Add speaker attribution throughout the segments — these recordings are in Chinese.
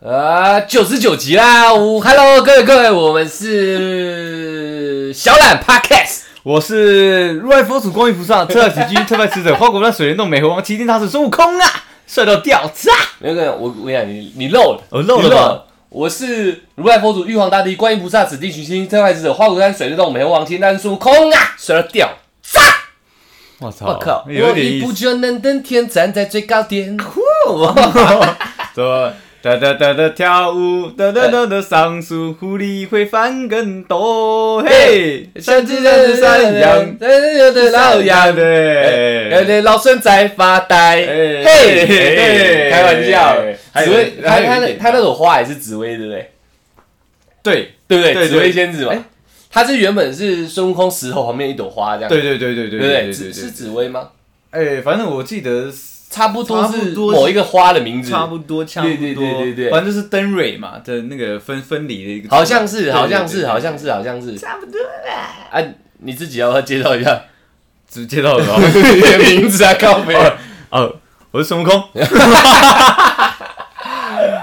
Speaker 1: 呃，九十九集啦！五，Hello，各位各位，我们是小懒 Podcast。
Speaker 2: 我是如来佛祖光明菩萨，特几居特派使者，花果山水帘洞美猴王，齐天大圣孙悟空啊，帅到掉渣！
Speaker 1: 没有没有，我我跟你讲，你你漏了，
Speaker 2: 我哦漏了
Speaker 1: 你
Speaker 2: 吗
Speaker 1: 我是如来佛祖、玉皇大帝、观音菩萨、紫地群星、特派使者、花果山水帘洞、美猴王、天丹孙悟空啊，摔到掉渣！
Speaker 2: 我操，
Speaker 1: 我靠，
Speaker 2: 哦有
Speaker 1: 我
Speaker 2: 一点
Speaker 1: 一
Speaker 2: 意
Speaker 1: 步
Speaker 2: 思。
Speaker 1: 就能登天，站在最高点。
Speaker 2: 怎么哒哒哒哒跳舞，哒哒哒哒上树，狐狸会翻跟斗，嘿，像只像只山羊，
Speaker 1: 有的老
Speaker 2: 羊
Speaker 1: 羊，哎有
Speaker 2: 的，
Speaker 1: 点老孙在发呆。
Speaker 2: 哎
Speaker 1: 嘿，
Speaker 2: 哎
Speaker 1: 开玩笑
Speaker 2: 哎，还
Speaker 1: 紫
Speaker 2: 有
Speaker 1: 薇，他
Speaker 2: 还有
Speaker 1: 他
Speaker 2: 一
Speaker 1: 那
Speaker 2: 点
Speaker 1: 他那朵花也是紫薇，对不对？
Speaker 2: 对
Speaker 1: 对不对？
Speaker 2: 对对
Speaker 1: 紫薇仙子嘛
Speaker 2: 哎，
Speaker 1: 她是原本是孙悟空石头旁边一朵花这样，
Speaker 2: 对对对对
Speaker 1: 对
Speaker 2: 对
Speaker 1: 不对？
Speaker 2: 对
Speaker 1: 紫
Speaker 2: 对
Speaker 1: 是
Speaker 2: 对，
Speaker 1: 紫薇吗？
Speaker 2: 哎，反正我记得
Speaker 1: 差不多
Speaker 2: 差
Speaker 1: 是
Speaker 2: 不多
Speaker 1: 某一个花的名字，
Speaker 2: 差不多，差不多，
Speaker 1: 对对对对对
Speaker 2: 反正就是灯蕊嘛的那个分分离的一个，
Speaker 1: 好像是，好像
Speaker 2: 对
Speaker 1: 是，好像，是，好像是。
Speaker 2: 差不多啦。
Speaker 1: 啊，你自己要不要介绍一下
Speaker 2: 只接到了吗？
Speaker 1: 你的名字啊？靠背。
Speaker 2: 哦，我是孙悟空。
Speaker 1: 哎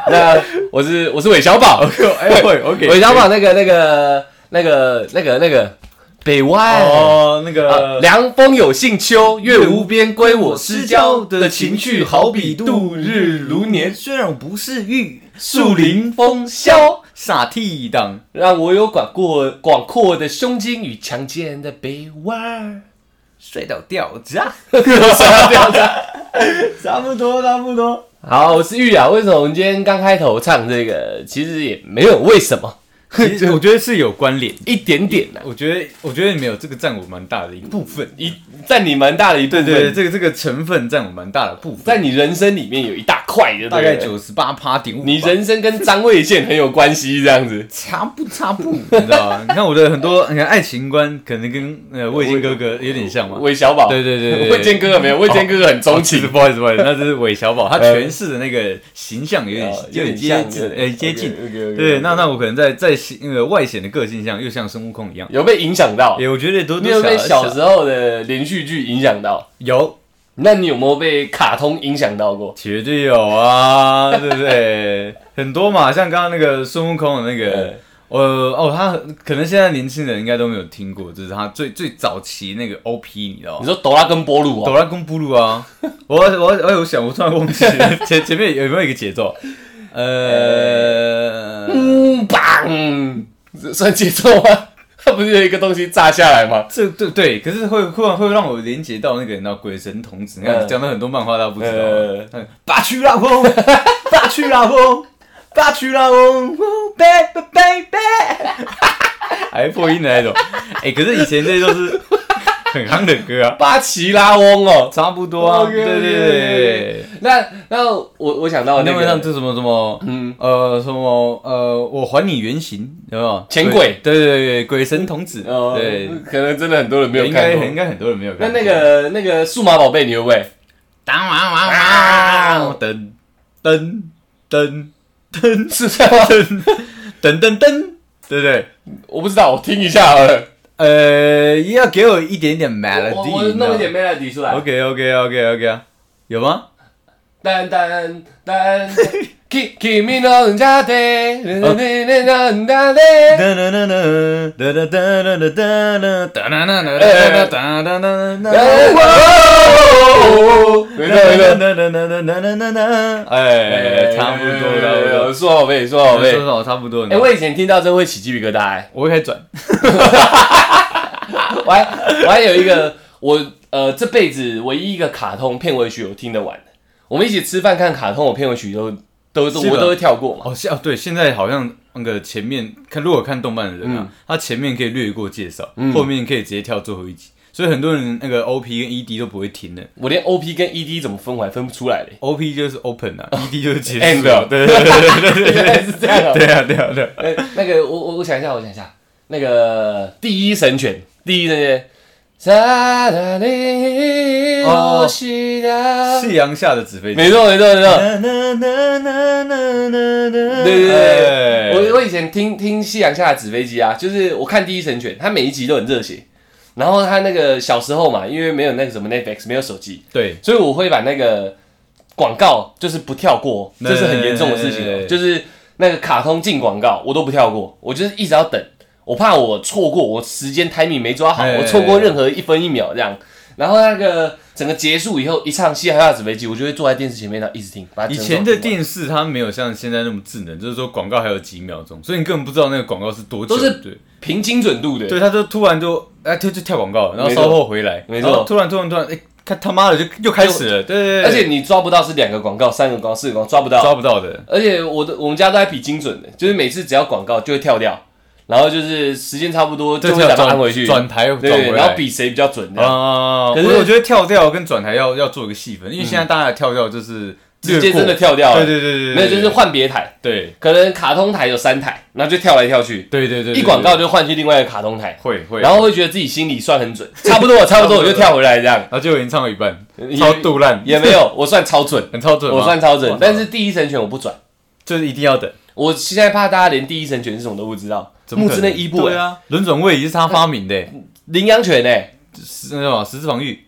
Speaker 1: 那我是我是韦小 宝，
Speaker 2: 哎，会 OK。
Speaker 1: 韦小宝那个那个那个那个那个北外。
Speaker 2: 哦，那
Speaker 1: 啊
Speaker 2: 个
Speaker 1: 凉风有信秋，月无边归我思娇的情趣，好比度日如年，
Speaker 2: 虽然我不是玉，
Speaker 1: 树林风萧。
Speaker 2: 傻替当。
Speaker 1: 让我有广阔广阔的胸襟与强健的臂弯。
Speaker 2: 睡到啊掉渣，
Speaker 1: 掉 渣。
Speaker 2: 差不多，差不多。
Speaker 1: 好，我是玉雅。为什么我们今天刚开头唱这个？其实也没有为什 么，
Speaker 2: 其实我觉得是有关联。
Speaker 1: 一点点呢、啊，
Speaker 2: 我觉得，我觉得你们有这个占我蛮大的一部分。
Speaker 1: 一占你蛮大的一部
Speaker 2: 对
Speaker 1: 分，
Speaker 2: 对对，这个这个成分占我蛮大的部分，
Speaker 1: 在你人生里面有一大块的，
Speaker 2: 大概
Speaker 1: 就
Speaker 2: 九十八趴点五。
Speaker 1: 你人生跟张卫健很有关系，这样子。
Speaker 2: 差不差不，你知 道吗？你看我的很多，你看爱情观可能跟呃魏晋哥哥有点像嘛。
Speaker 1: 韦小宝，
Speaker 2: 对对对对对
Speaker 1: 啊魏健哥哥没有，魏健哥哥很钟
Speaker 2: 其实
Speaker 1: 情。
Speaker 2: 不好意思，不好意思，那这是韦小 宝，他诠释的那个形象有点
Speaker 1: 哦
Speaker 2: 有点接
Speaker 1: 像
Speaker 2: 近
Speaker 1: 呃有，点哎
Speaker 2: 呃，接近。
Speaker 1: OK，OK，OK
Speaker 2: 对，那那我可能在在形那个外显的个性上，又像孙悟空一样。
Speaker 1: 有被影响到，
Speaker 2: 也我觉得多
Speaker 1: 你
Speaker 2: 多
Speaker 1: 啊有被
Speaker 2: 少
Speaker 1: 小
Speaker 2: 少
Speaker 1: 时候的连续剧影响到？
Speaker 2: 有，
Speaker 1: 那你有没有被卡通影响到过？
Speaker 2: 绝对有啊，对不对？很多嘛，像刚刚那个孙悟空的那个
Speaker 1: 嗯，
Speaker 2: 呃哦，他可能现在年轻人应该都没有听过，就是他最最早期那个 OP，你知道吗
Speaker 1: 你？说朵拉跟波鲁
Speaker 2: 抖
Speaker 1: 啊？
Speaker 2: 拉公布鲁啊！我我哎，我想我突然忘记了前前面有没有一个节奏？呃，
Speaker 1: 嗯，棒，这算节奏吗？它不是有一个东西炸下来吗？
Speaker 2: 这对对，可是会忽然会让我连接到那个人到鬼神童子，你看
Speaker 1: 嗯
Speaker 2: 讲到很多漫画大家不知
Speaker 1: 嗯
Speaker 2: 道，啊八区拉风，八区拉风，八区拉风，baby baby，还破音的那种， 哎，可是以前这些都是很夯的歌啊，
Speaker 1: 巴奇拉翁哦，
Speaker 2: 差不多啊，对
Speaker 1: OK，OK，OK，
Speaker 2: 对对。
Speaker 1: 那那我我想到
Speaker 2: 那
Speaker 1: 那
Speaker 2: 么像
Speaker 1: 个
Speaker 2: 这什么什么，
Speaker 1: 嗯
Speaker 2: 嗯，呃，什么呃，我还你原形，有没有？
Speaker 1: 钱鬼
Speaker 2: 对对对，鬼神童子，
Speaker 1: 哦
Speaker 2: 对，，
Speaker 1: 可能真的很多人没有
Speaker 2: 应该
Speaker 1: 看
Speaker 2: 应
Speaker 1: 过。
Speaker 2: 该很多人没有
Speaker 1: 那
Speaker 2: 看过。
Speaker 1: 那个那个数码宝贝，你会不会？
Speaker 2: 当哇哇哇，噔噔噔噔
Speaker 1: 是这样吗？
Speaker 2: 噔噔噔噔，对不对？
Speaker 1: 我不知道，我听一下好了。
Speaker 2: 呃，要给我一点点
Speaker 1: 我我
Speaker 2: melody，
Speaker 1: 弄一点 melody 出来。
Speaker 2: OK OK OK OK 啊，有吗？
Speaker 1: 噔噔噔。き君の家で、なんだね。
Speaker 2: 哒哒哒哒哒哒哒哒哒哒哒哒哒哒哒哒哒哒。哎，差不多，差不多，
Speaker 1: 说好背，说好背。
Speaker 2: 多少差不多。
Speaker 1: 哎，我以前听到真会起鸡皮疙瘩、哎
Speaker 2: 我开始转，
Speaker 1: 我还我还有一个，我呃这辈子唯一一个卡通片尾曲我听得完的。我们一起吃饭看卡通，我片尾曲都都都
Speaker 2: 是
Speaker 1: 我
Speaker 2: 吧
Speaker 1: 都会跳过嘛。
Speaker 2: 哦，现哦对，现在好像那个前面看，如果看动漫的人
Speaker 1: 嗯
Speaker 2: 啊，他前面可以略过介绍，后面可以直接跳最后一集，所以很多人那个 OP 跟 ED 都不会听的。。
Speaker 1: 我连 OP 跟 ED 怎么分我还分不出来嘞
Speaker 2: OP 就是 open 啊，ED 就是结
Speaker 1: 哦 End
Speaker 2: 束，对对对对
Speaker 1: 原 来是这样啊、
Speaker 2: 对啊对啊对啊，
Speaker 1: 哎 那个我我我想一下，我想一下，那个第一神犬，第一神犬。
Speaker 2: 哦
Speaker 1: 是
Speaker 2: 夕阳下的纸飞机，哎
Speaker 1: 没错，没错，没错。
Speaker 2: 对
Speaker 1: 对对对，对我我以前听听夕阳下的纸飞机啊，就是我看第一神犬，他每一集都很热血。然后他那个小时候嘛，因为没有那个什么 Netflix，没有手机，
Speaker 2: 对
Speaker 1: 所以我会把那个广告就是不跳过，
Speaker 2: 对
Speaker 1: 这是很严重的事情哦。
Speaker 2: 对对
Speaker 1: 就
Speaker 2: 对
Speaker 1: 是那个卡通进广告，我都不跳过，我就是一直要等，我怕我错过，我时间 timing 没抓好，
Speaker 2: 对对
Speaker 1: 我
Speaker 2: 对
Speaker 1: 错过任何一分一秒这样。然后那个整个结束以后，一唱《嘻哈哈纸飞机》，我就会坐在电视前面，然后一直听。把它
Speaker 2: 以
Speaker 1: 整首
Speaker 2: 前
Speaker 1: 听
Speaker 2: 的
Speaker 1: 完
Speaker 2: 电视它没有像现在那么智能，就是说广告还有几秒钟，所以你根本不知道那个广告是多久。
Speaker 1: 都是
Speaker 2: 对，
Speaker 1: 凭精准度的，
Speaker 2: 对，他就突然就哎，就就跳广告，然后
Speaker 1: 没错
Speaker 2: 稍后回来，
Speaker 1: 没错
Speaker 2: 然后突然突然突然，哎，看他妈的就又开始了，对对对，
Speaker 1: 而且你抓不到是两个广告、三个广告、四个广告，抓不到。
Speaker 2: 抓不到的，
Speaker 1: 而且我的我们家都还比精准的，就是每次只要广告就会跳掉，然后就是时间差不多就
Speaker 2: 这
Speaker 1: 会
Speaker 2: 跳
Speaker 1: 再把它
Speaker 2: 转
Speaker 1: 按回去，
Speaker 2: 转台转
Speaker 1: 对对，
Speaker 2: 回
Speaker 1: 然后
Speaker 2: 来。
Speaker 1: 比谁比较准这样。
Speaker 2: 啊，
Speaker 1: 可是嗯
Speaker 2: 我我觉得跳掉跟转台要要做一个细分，因为现在大家的跳掉就是
Speaker 1: 直
Speaker 2: 略
Speaker 1: 接
Speaker 2: 过
Speaker 1: 真的跳掉了，
Speaker 2: 对对对对，
Speaker 1: 没有就是换别台，
Speaker 2: 对
Speaker 1: 可能卡通台有三台，然后就跳来跳去，
Speaker 2: 对对对，
Speaker 1: 一广告就换去另外一个卡通台，
Speaker 2: 会会，
Speaker 1: 然后会觉得自己心里算很准，差不多了，差不多我就跳回来这样，
Speaker 2: 然后就已经唱到一半，
Speaker 1: 也
Speaker 2: 超杜烂，
Speaker 1: 也没有，我算超准，
Speaker 2: 很超准吗，
Speaker 1: 我算超准
Speaker 2: 哇，
Speaker 1: 但是第一神拳我不转，
Speaker 2: 就是一定要等。
Speaker 1: 我现在怕大家连第一神拳是什么都不知道，
Speaker 2: 怎么
Speaker 1: 木
Speaker 2: 可
Speaker 1: 之
Speaker 2: 能
Speaker 1: 内伊布
Speaker 2: 对
Speaker 1: 哎，
Speaker 2: 啊，轮转位移是他发明的
Speaker 1: 嗯
Speaker 2: 欸，
Speaker 1: 羚羊拳哎，
Speaker 2: 是那种十字防御。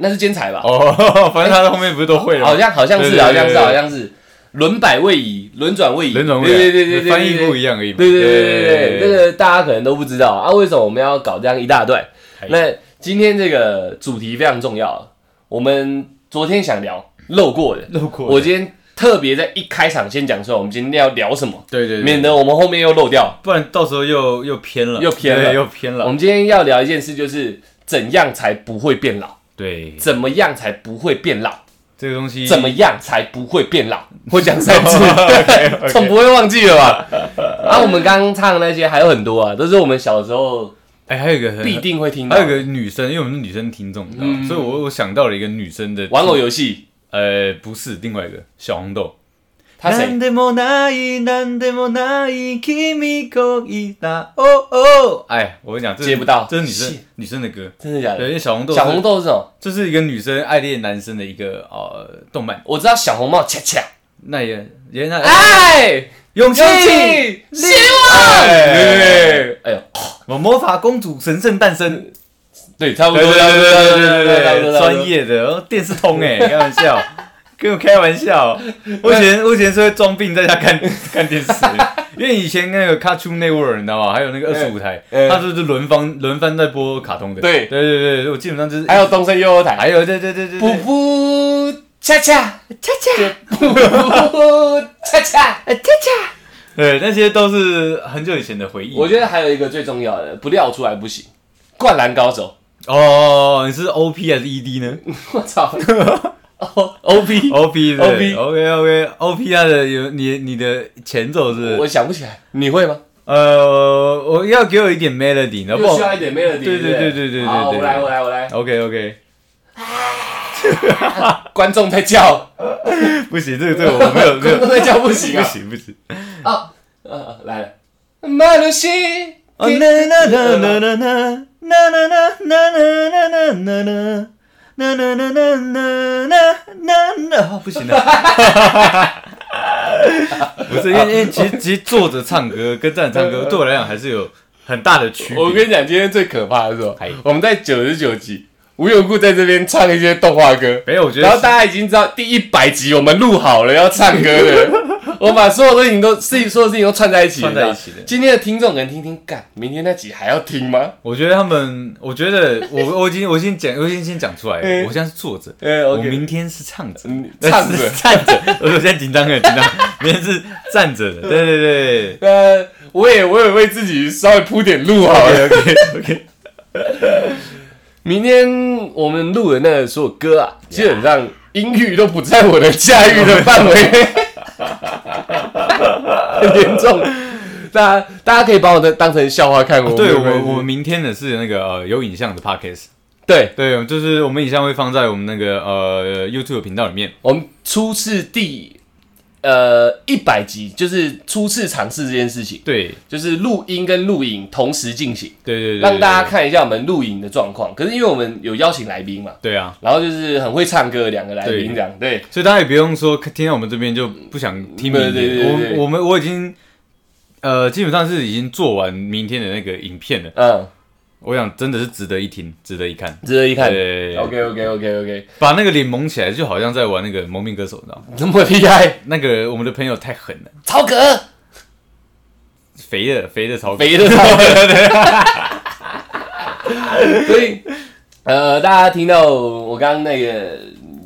Speaker 1: 那是坚才吧？哦
Speaker 2: 哦， 反正他的后面不是都会了吗
Speaker 1: 好？像好像
Speaker 2: 对
Speaker 1: 是啊
Speaker 2: 对
Speaker 1: 好像
Speaker 2: 对
Speaker 1: 是
Speaker 2: 对
Speaker 1: 好像是轮摆位移、轮转位移、
Speaker 2: 轮转位移啊，
Speaker 1: 对对对对对，
Speaker 2: 翻译不一
Speaker 1: 样。
Speaker 2: 样而已嘛。
Speaker 1: 对对对对对对，这个大家可能都不知道啊，为什么我们要搞这样一大段？
Speaker 2: 哎
Speaker 1: 那今天这个主题非常重要，我们昨天想聊漏过的，
Speaker 2: 漏过了。
Speaker 1: 我今天特别在一开场先讲出来，我们今天要聊什么，
Speaker 2: 对对
Speaker 1: 免
Speaker 2: 对，
Speaker 1: 得我们后面又漏掉。
Speaker 2: 不然到时候又又偏了，
Speaker 1: 又偏了
Speaker 2: 对又偏
Speaker 1: 我
Speaker 2: 了。
Speaker 1: 们今天要聊一件事，就是怎样才不会变老，
Speaker 2: 对，
Speaker 1: 怎么样才不会变老。
Speaker 2: 这个东西
Speaker 1: 怎么样才不会变 老？我讲三次
Speaker 2: OK，OK，
Speaker 1: 总不会忘记了吧？ 啊，我们刚刚唱的那些还有很多啊，都是我们小时候
Speaker 2: 哎，还有一个很
Speaker 1: 必定会听到
Speaker 2: 还有一个女生，因为我们是女生听众，你知道吗所以我我想到了一个女生的
Speaker 1: 玩偶游戏，
Speaker 2: 呃，不是另外一个小红豆。
Speaker 1: 他谁？
Speaker 2: でもない、なんでもない、君恋だ、哦哦。哎，我跟你讲，这是
Speaker 1: 接不到
Speaker 2: 这是女生
Speaker 1: 是
Speaker 2: 女生的歌。
Speaker 1: 真的假
Speaker 2: 对，因
Speaker 1: 的？
Speaker 2: 为小红豆，
Speaker 1: 小红，豆是什么？
Speaker 2: 这是一个女生爱恋男生的一个呃动漫。
Speaker 1: 我知道小红帽恰恰，
Speaker 2: 那也也那
Speaker 1: 爱、
Speaker 2: 勇
Speaker 1: 勇气、希望，
Speaker 2: 哎
Speaker 1: 哎呦，
Speaker 2: 我魔法公主神圣诞生，
Speaker 1: 对，差不
Speaker 2: 对
Speaker 1: 多，
Speaker 2: 对
Speaker 1: 差不多差
Speaker 2: 对对对
Speaker 1: 不多差不多差不多
Speaker 2: 对对，专业的哦电视通哎，开玩笑，跟我开玩笑。我以前我以前是会装病在家看看电视，因为以前那个 Cartoon Network 你知道吗？还有那个二十五台，
Speaker 1: 嗯
Speaker 2: 它就是轮番轮番在播卡通的。
Speaker 1: 对
Speaker 2: 对对对，我基本上就是
Speaker 1: 还有东森幼儿台，哎
Speaker 2: 还有对对对对，
Speaker 1: 噗
Speaker 2: 对
Speaker 1: 噗恰恰，
Speaker 2: 恰恰
Speaker 1: 噗噗恰恰。
Speaker 2: 哎恰恰，对，那些都是很久以前的回忆。
Speaker 1: 我觉得还有一个最重要的，不料出来不行，《灌篮高手》。
Speaker 2: 哦，你是 O P 还是 E D 呢
Speaker 1: 我 操！O O B，
Speaker 2: ？O P
Speaker 1: OP
Speaker 2: O K O K O P 它的有你你的前奏是不是
Speaker 1: 我想不起来，你会吗？
Speaker 2: 呃，我要给我一点 melody，然后不
Speaker 1: 又需
Speaker 2: 好
Speaker 1: 要一点 melody，
Speaker 2: 对对
Speaker 1: 不
Speaker 2: 对对对对
Speaker 1: 好，
Speaker 2: 对
Speaker 1: 我
Speaker 2: 对
Speaker 1: 来，我来，我来。
Speaker 2: OK OK，
Speaker 1: 观众在叫，
Speaker 2: 不行，这个这个我没有没
Speaker 1: 观
Speaker 2: 有
Speaker 1: 众在叫 不行
Speaker 2: 不
Speaker 1: 啊！
Speaker 2: 行 不行。
Speaker 1: 啊，呃，来了。马路西，
Speaker 2: 哦啦啦啦啦啦啦啦啦啦啦啦啦啦啦。啦啦啦啦啦啦啦啦！哦不行的， 不是因为因为其实其实坐着唱歌跟站着 唱歌对我来讲还是有很大的区别。
Speaker 1: 我跟你讲，今天最可怕的是什么
Speaker 2: 嗨？
Speaker 1: 我们在九十九集，无缘无故在这边唱一些动画歌，
Speaker 2: 没有，我觉
Speaker 1: 然后
Speaker 2: 得
Speaker 1: 大家已经知道第一百集我们录好了要唱歌 了，我把所有事情都事情所有事情都串在一起了，
Speaker 2: 串在一起的
Speaker 1: 今天的听众可能听听，干，明天那集还要听吗？
Speaker 2: 我觉得他们，我觉得我 我已经我已经讲，我已经先讲出来
Speaker 1: 嗯
Speaker 2: 了，我现在是坐着，
Speaker 1: 呃
Speaker 2: 我
Speaker 1: ，OK，
Speaker 2: 明天是唱着，呃
Speaker 1: 嗯唱着
Speaker 2: 是 站着，我现在紧张很紧张，明天是站着
Speaker 1: 嗯
Speaker 2: 的，对对对
Speaker 1: 呃，我也我也为自己稍微铺点路好了。
Speaker 2: ，OK OK OK，
Speaker 1: 明天我们录的那个所有歌啊，基本上音域都不在我的驾驭的范 围，很严重。大家大家可以把我的当成笑话看我。
Speaker 2: 啊对
Speaker 1: 没有关系
Speaker 2: 我我明天的是那个呃有影像的 podcast，
Speaker 1: 对
Speaker 2: 对，就是我们影像会放在我们那个呃 YouTube 频道里面，
Speaker 1: 我们初次第呃一百集，就是初次尝试这件事情，
Speaker 2: 对
Speaker 1: 就是录音跟录影同时进行，
Speaker 2: 对对对，
Speaker 1: 让大家
Speaker 2: 家
Speaker 1: 看一下我们录影的状况。可是因为我们有邀请来宾嘛，
Speaker 2: 对啊。
Speaker 1: 然后就是很会唱歌的两个来宾
Speaker 2: 对
Speaker 1: 这样，对
Speaker 2: 所以大家也不用说听到我们这边就不想听明
Speaker 1: 对对对对
Speaker 2: 天，
Speaker 1: 对
Speaker 2: 我我们我已经呃基本上是已经做完明天的那个影片了。
Speaker 1: 嗯，
Speaker 2: 我想真的是值得一听，值得一看。
Speaker 1: 值得一看。
Speaker 2: 对
Speaker 1: OK OK OK OK，
Speaker 2: 把那个脸蒙起来，就好像在玩那个蒙面歌手，你知道吗？
Speaker 1: 这么厉害，
Speaker 2: 那个我们的朋友太狠了，
Speaker 1: 超哥，
Speaker 2: 肥的肥的超
Speaker 1: 肥的超哥。 所以，呃，大家听到我刚刚那个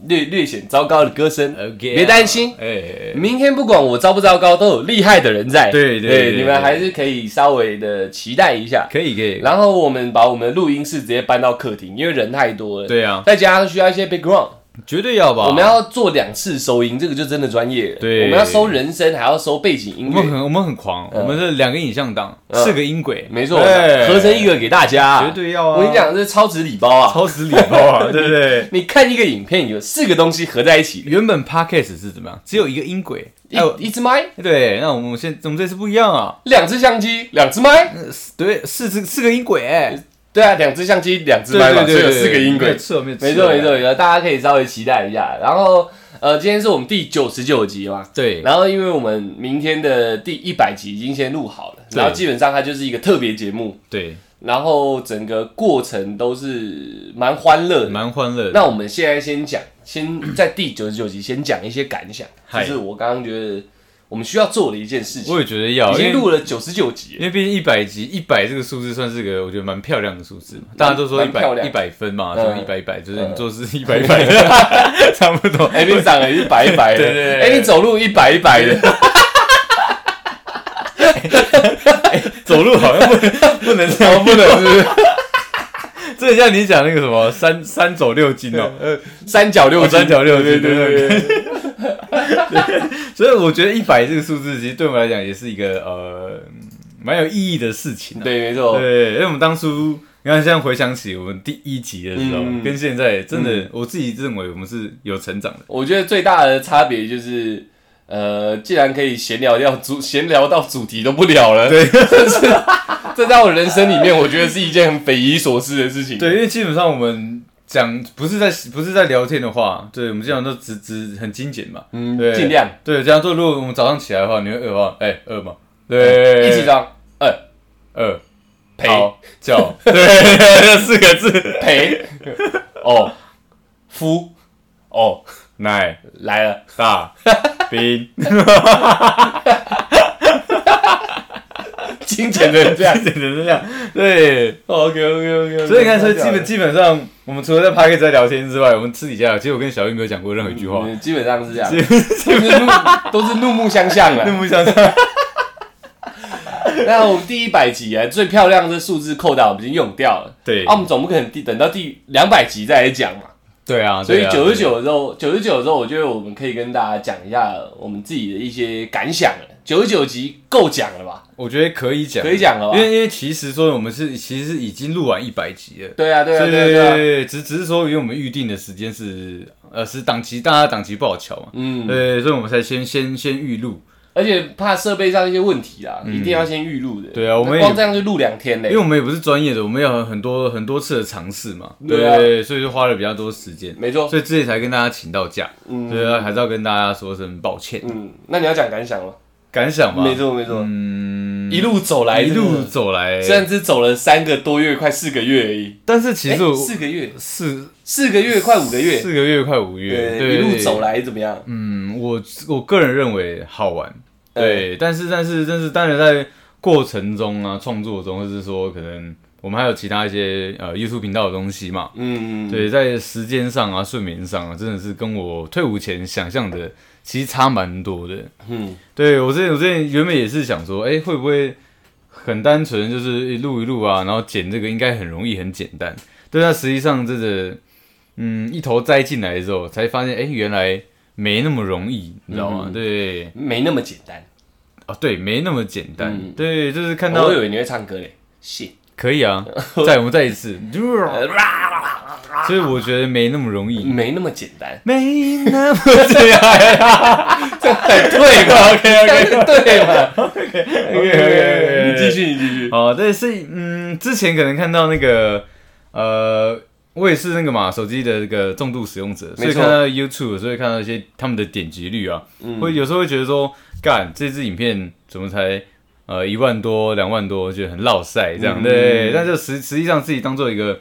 Speaker 1: 略略显糟糕的歌声
Speaker 2: OK，
Speaker 1: 别担心，
Speaker 2: 哎哎，哎
Speaker 1: 明天不管我糟不糟糕，都有厉害的人在。
Speaker 2: 对对对
Speaker 1: 你们
Speaker 2: 对
Speaker 1: 还是可以稍微的期待一下。
Speaker 2: 可以可以，
Speaker 1: 然后我们把我们的录音室直接搬到客厅，因为人太多了。，
Speaker 2: 对啊，
Speaker 1: 再加上需要一些 background，、
Speaker 2: 绝对要吧。
Speaker 1: 我们要做两次收音，这个就真的专业了。
Speaker 2: 对
Speaker 1: 我们要收人声，还要收背景音
Speaker 2: 我们
Speaker 1: 乐，
Speaker 2: 很我们很狂，我们是两个影像档，
Speaker 1: 嗯
Speaker 2: 四个音轨，
Speaker 1: 没错，
Speaker 2: 对
Speaker 1: 合成一个给大家。
Speaker 2: 绝对要啊！
Speaker 1: 我跟你讲，这是超值礼包啊！
Speaker 2: 超时礼包啊，对不对？
Speaker 1: 你看一个影片，有四个东西合在一起，
Speaker 2: 原本 podcast 是怎么样？只有一个音轨，
Speaker 1: 一、
Speaker 2: 还有
Speaker 1: 一支麦，
Speaker 2: 哎对，那我们现我们这次不一样啊，
Speaker 1: 两只相机，两只麦。
Speaker 2: 呃对，四四四个音轨，哎
Speaker 1: 对啊，两只相机，两只
Speaker 2: 对
Speaker 1: 麦嘛，
Speaker 2: 对
Speaker 1: 所以
Speaker 2: 对，
Speaker 1: 有四个音轨
Speaker 2: 没。错没错
Speaker 1: 没错没错，，没错，大家可以稍微期待一下。然后呃，今天是我们第九十九集嘛，
Speaker 2: 对，
Speaker 1: 然后因为我们明天的第一百集已经先录好了，
Speaker 2: 对
Speaker 1: 然后基本上它就是一个特别节目，
Speaker 2: 对，
Speaker 1: 然后整个过程都是蛮欢乐的。
Speaker 2: 蛮欢乐的。
Speaker 1: 那我们现在先讲，先在第九十九集先讲一些感想，就
Speaker 2: 嗨
Speaker 1: 是我刚刚觉得我们需要做的一件事情
Speaker 2: 我。也觉得要，
Speaker 1: 已
Speaker 2: 因
Speaker 1: 经
Speaker 2: 为
Speaker 1: 录了九十九集
Speaker 2: 因为毕竟一百集，一百这个数字算是个我觉得蛮漂亮的数字嘛。大家都说一
Speaker 1: 蛮
Speaker 2: 百
Speaker 1: 漂亮
Speaker 2: 一百分嘛，
Speaker 1: 嗯
Speaker 2: 什么一百一百，就是你做事一百一百， 差不多。
Speaker 1: 哎，你长得一白一白的，
Speaker 2: 对对对
Speaker 1: 哎，你走路一白一白的，
Speaker 2: 走路好 像不不能这样，不能是不是？这很像你讲那个什么三三走六斤哦，
Speaker 1: 三角六
Speaker 2: 哦
Speaker 1: 斤，
Speaker 2: 三角六
Speaker 1: 对
Speaker 2: 斤
Speaker 1: 对对对对，
Speaker 2: 所以我觉得一百这个数字其实对我们来讲也是一个呃蛮有意义的事情啊、
Speaker 1: 对，没错，
Speaker 2: 对，因为我们当初你看现在回想起我们第一集的时候，
Speaker 1: 嗯
Speaker 2: 跟现在真的、我自己认为我们是有成长的。
Speaker 1: 我觉得最大的差别就是，呃，既然可以闲聊到主闲聊到主题都不聊了，
Speaker 2: 对，
Speaker 1: 这是 这在我人生里面，我觉得是一件很匪夷所思的事情。
Speaker 2: 对，因为基本上我们讲不是在不是在聊天的话，对我们经常都只只很精简嘛，
Speaker 1: 嗯
Speaker 2: 对，
Speaker 1: 尽量
Speaker 2: 对这样做。如果我们早上起来的话，你会饿吗？哎、饿吗？对，
Speaker 1: 哎一起张
Speaker 2: 饿
Speaker 1: 陪
Speaker 2: 好叫， 对，这四个字
Speaker 1: 陪哦，夫哦
Speaker 2: 奶
Speaker 1: 来了，
Speaker 2: 大 冰，
Speaker 1: 金钱的这样。
Speaker 2: 简直是这样，对。
Speaker 1: OK OK OK，
Speaker 2: 所以你看，所以基本基本上，我们除了在 p a r k 在聊天之外，我们私底下，其实我跟小玉没有讲过任何一句话，
Speaker 1: 嗯基本上是这样，
Speaker 2: 基
Speaker 1: 都是怒 都是怒目相向
Speaker 2: 那
Speaker 1: 了。
Speaker 2: 不像是
Speaker 1: 那我们第一百集啊，最漂亮的数字扣打我们已经用掉了。
Speaker 2: 对
Speaker 1: 啊，我们总不可能第等到第两百集再来讲嘛。
Speaker 2: 对啊，
Speaker 1: 所以
Speaker 2: 对啊
Speaker 1: 九十九的时候，九十九的时候，我觉得我们可以跟大家讲一下我们自己的一些感想了。九十九集够讲了吧？
Speaker 2: 我觉得可以讲，
Speaker 1: 可以讲了吧
Speaker 2: 因？为因为其实说我们是其实是已经录完一百集了，
Speaker 1: 对啊，对啊，
Speaker 2: 所以
Speaker 1: 对啊，对啊。
Speaker 2: 对，只只是说因为我们预定的时间是呃是档期，大家档期不好瞧嘛，
Speaker 1: 嗯，
Speaker 2: 对，所以我们才先先先预录，
Speaker 1: 而且怕设备上一些问题啦，一定要先预录的。
Speaker 2: 嗯对啊我们也
Speaker 1: 光这样就录两天嘞
Speaker 2: 因为。我们也不是专业的，我们要很多很多次的尝试嘛，
Speaker 1: 对啊
Speaker 2: 对，所以就花了比较多时间，
Speaker 1: 没错，
Speaker 2: 所以之前才跟大家请到假，
Speaker 1: 嗯
Speaker 2: 对啊，还是要跟大家说声抱歉，
Speaker 1: 嗯，那你要讲感想吗？
Speaker 2: 感想嘛，
Speaker 1: 没错，没错，
Speaker 2: 嗯，
Speaker 1: 一路走来，
Speaker 2: 一路
Speaker 1: 真的
Speaker 2: 走来，
Speaker 1: 虽然只走了三个多月，快四个月而已。
Speaker 2: 但是其
Speaker 1: 哎
Speaker 2: 实我
Speaker 1: 四个月，
Speaker 2: 四
Speaker 1: 四个月快五个月，
Speaker 2: 四个月快五
Speaker 1: 对，
Speaker 2: 月，
Speaker 1: 一
Speaker 2: 对，
Speaker 1: 路
Speaker 2: 对
Speaker 1: 走来怎么样？呃
Speaker 2: 嗯，我我个人认为好玩，对，但是但是但是当然在过程中啊，创作中，或是说可能我们还有其他一些呃 YouTube 频道的东西嘛，
Speaker 1: 嗯，
Speaker 2: 对，在时间上啊、睡眠上啊，真的是跟我退伍前想象的其实差蛮多的。
Speaker 1: 嗯，
Speaker 2: 对我之前我之前原本也是想说，哎、会不会很单纯，就是一录一录啊，然后剪这个应该很容易、很简单。对，但实际上真的，嗯，一头栽进来的时候，才发现，哎、原来没那么容易，你知道吗？
Speaker 1: 嗯
Speaker 2: 对，
Speaker 1: 没那么简单。
Speaker 2: 哦，对，没那么简单。
Speaker 1: 嗯
Speaker 2: 对，就是看到
Speaker 1: 我以为你会唱歌嘞，谢。
Speaker 2: 可以 啊，再我们再一次，所以我觉得没那么容易，，
Speaker 1: 没那么简单
Speaker 2: 没那么这样。
Speaker 1: 对吧
Speaker 2: OK OK
Speaker 1: 对吧
Speaker 2: OK OK，
Speaker 1: 你继。续，你继续。
Speaker 2: 哦，对，是嗯，之前可能看到那个呃，我也是那个嘛，手机的这个重度使用者，所
Speaker 1: 没
Speaker 2: 以
Speaker 1: 错
Speaker 2: 看到 YouTube，所以看到一
Speaker 1: 嗯
Speaker 2: 些他们的点击率啊，会有时候会觉得说，干这支影片怎么才。呃一万多、两万多，觉得很落塞这样。
Speaker 1: 嗯
Speaker 2: 对，但就实实际上自己当做一个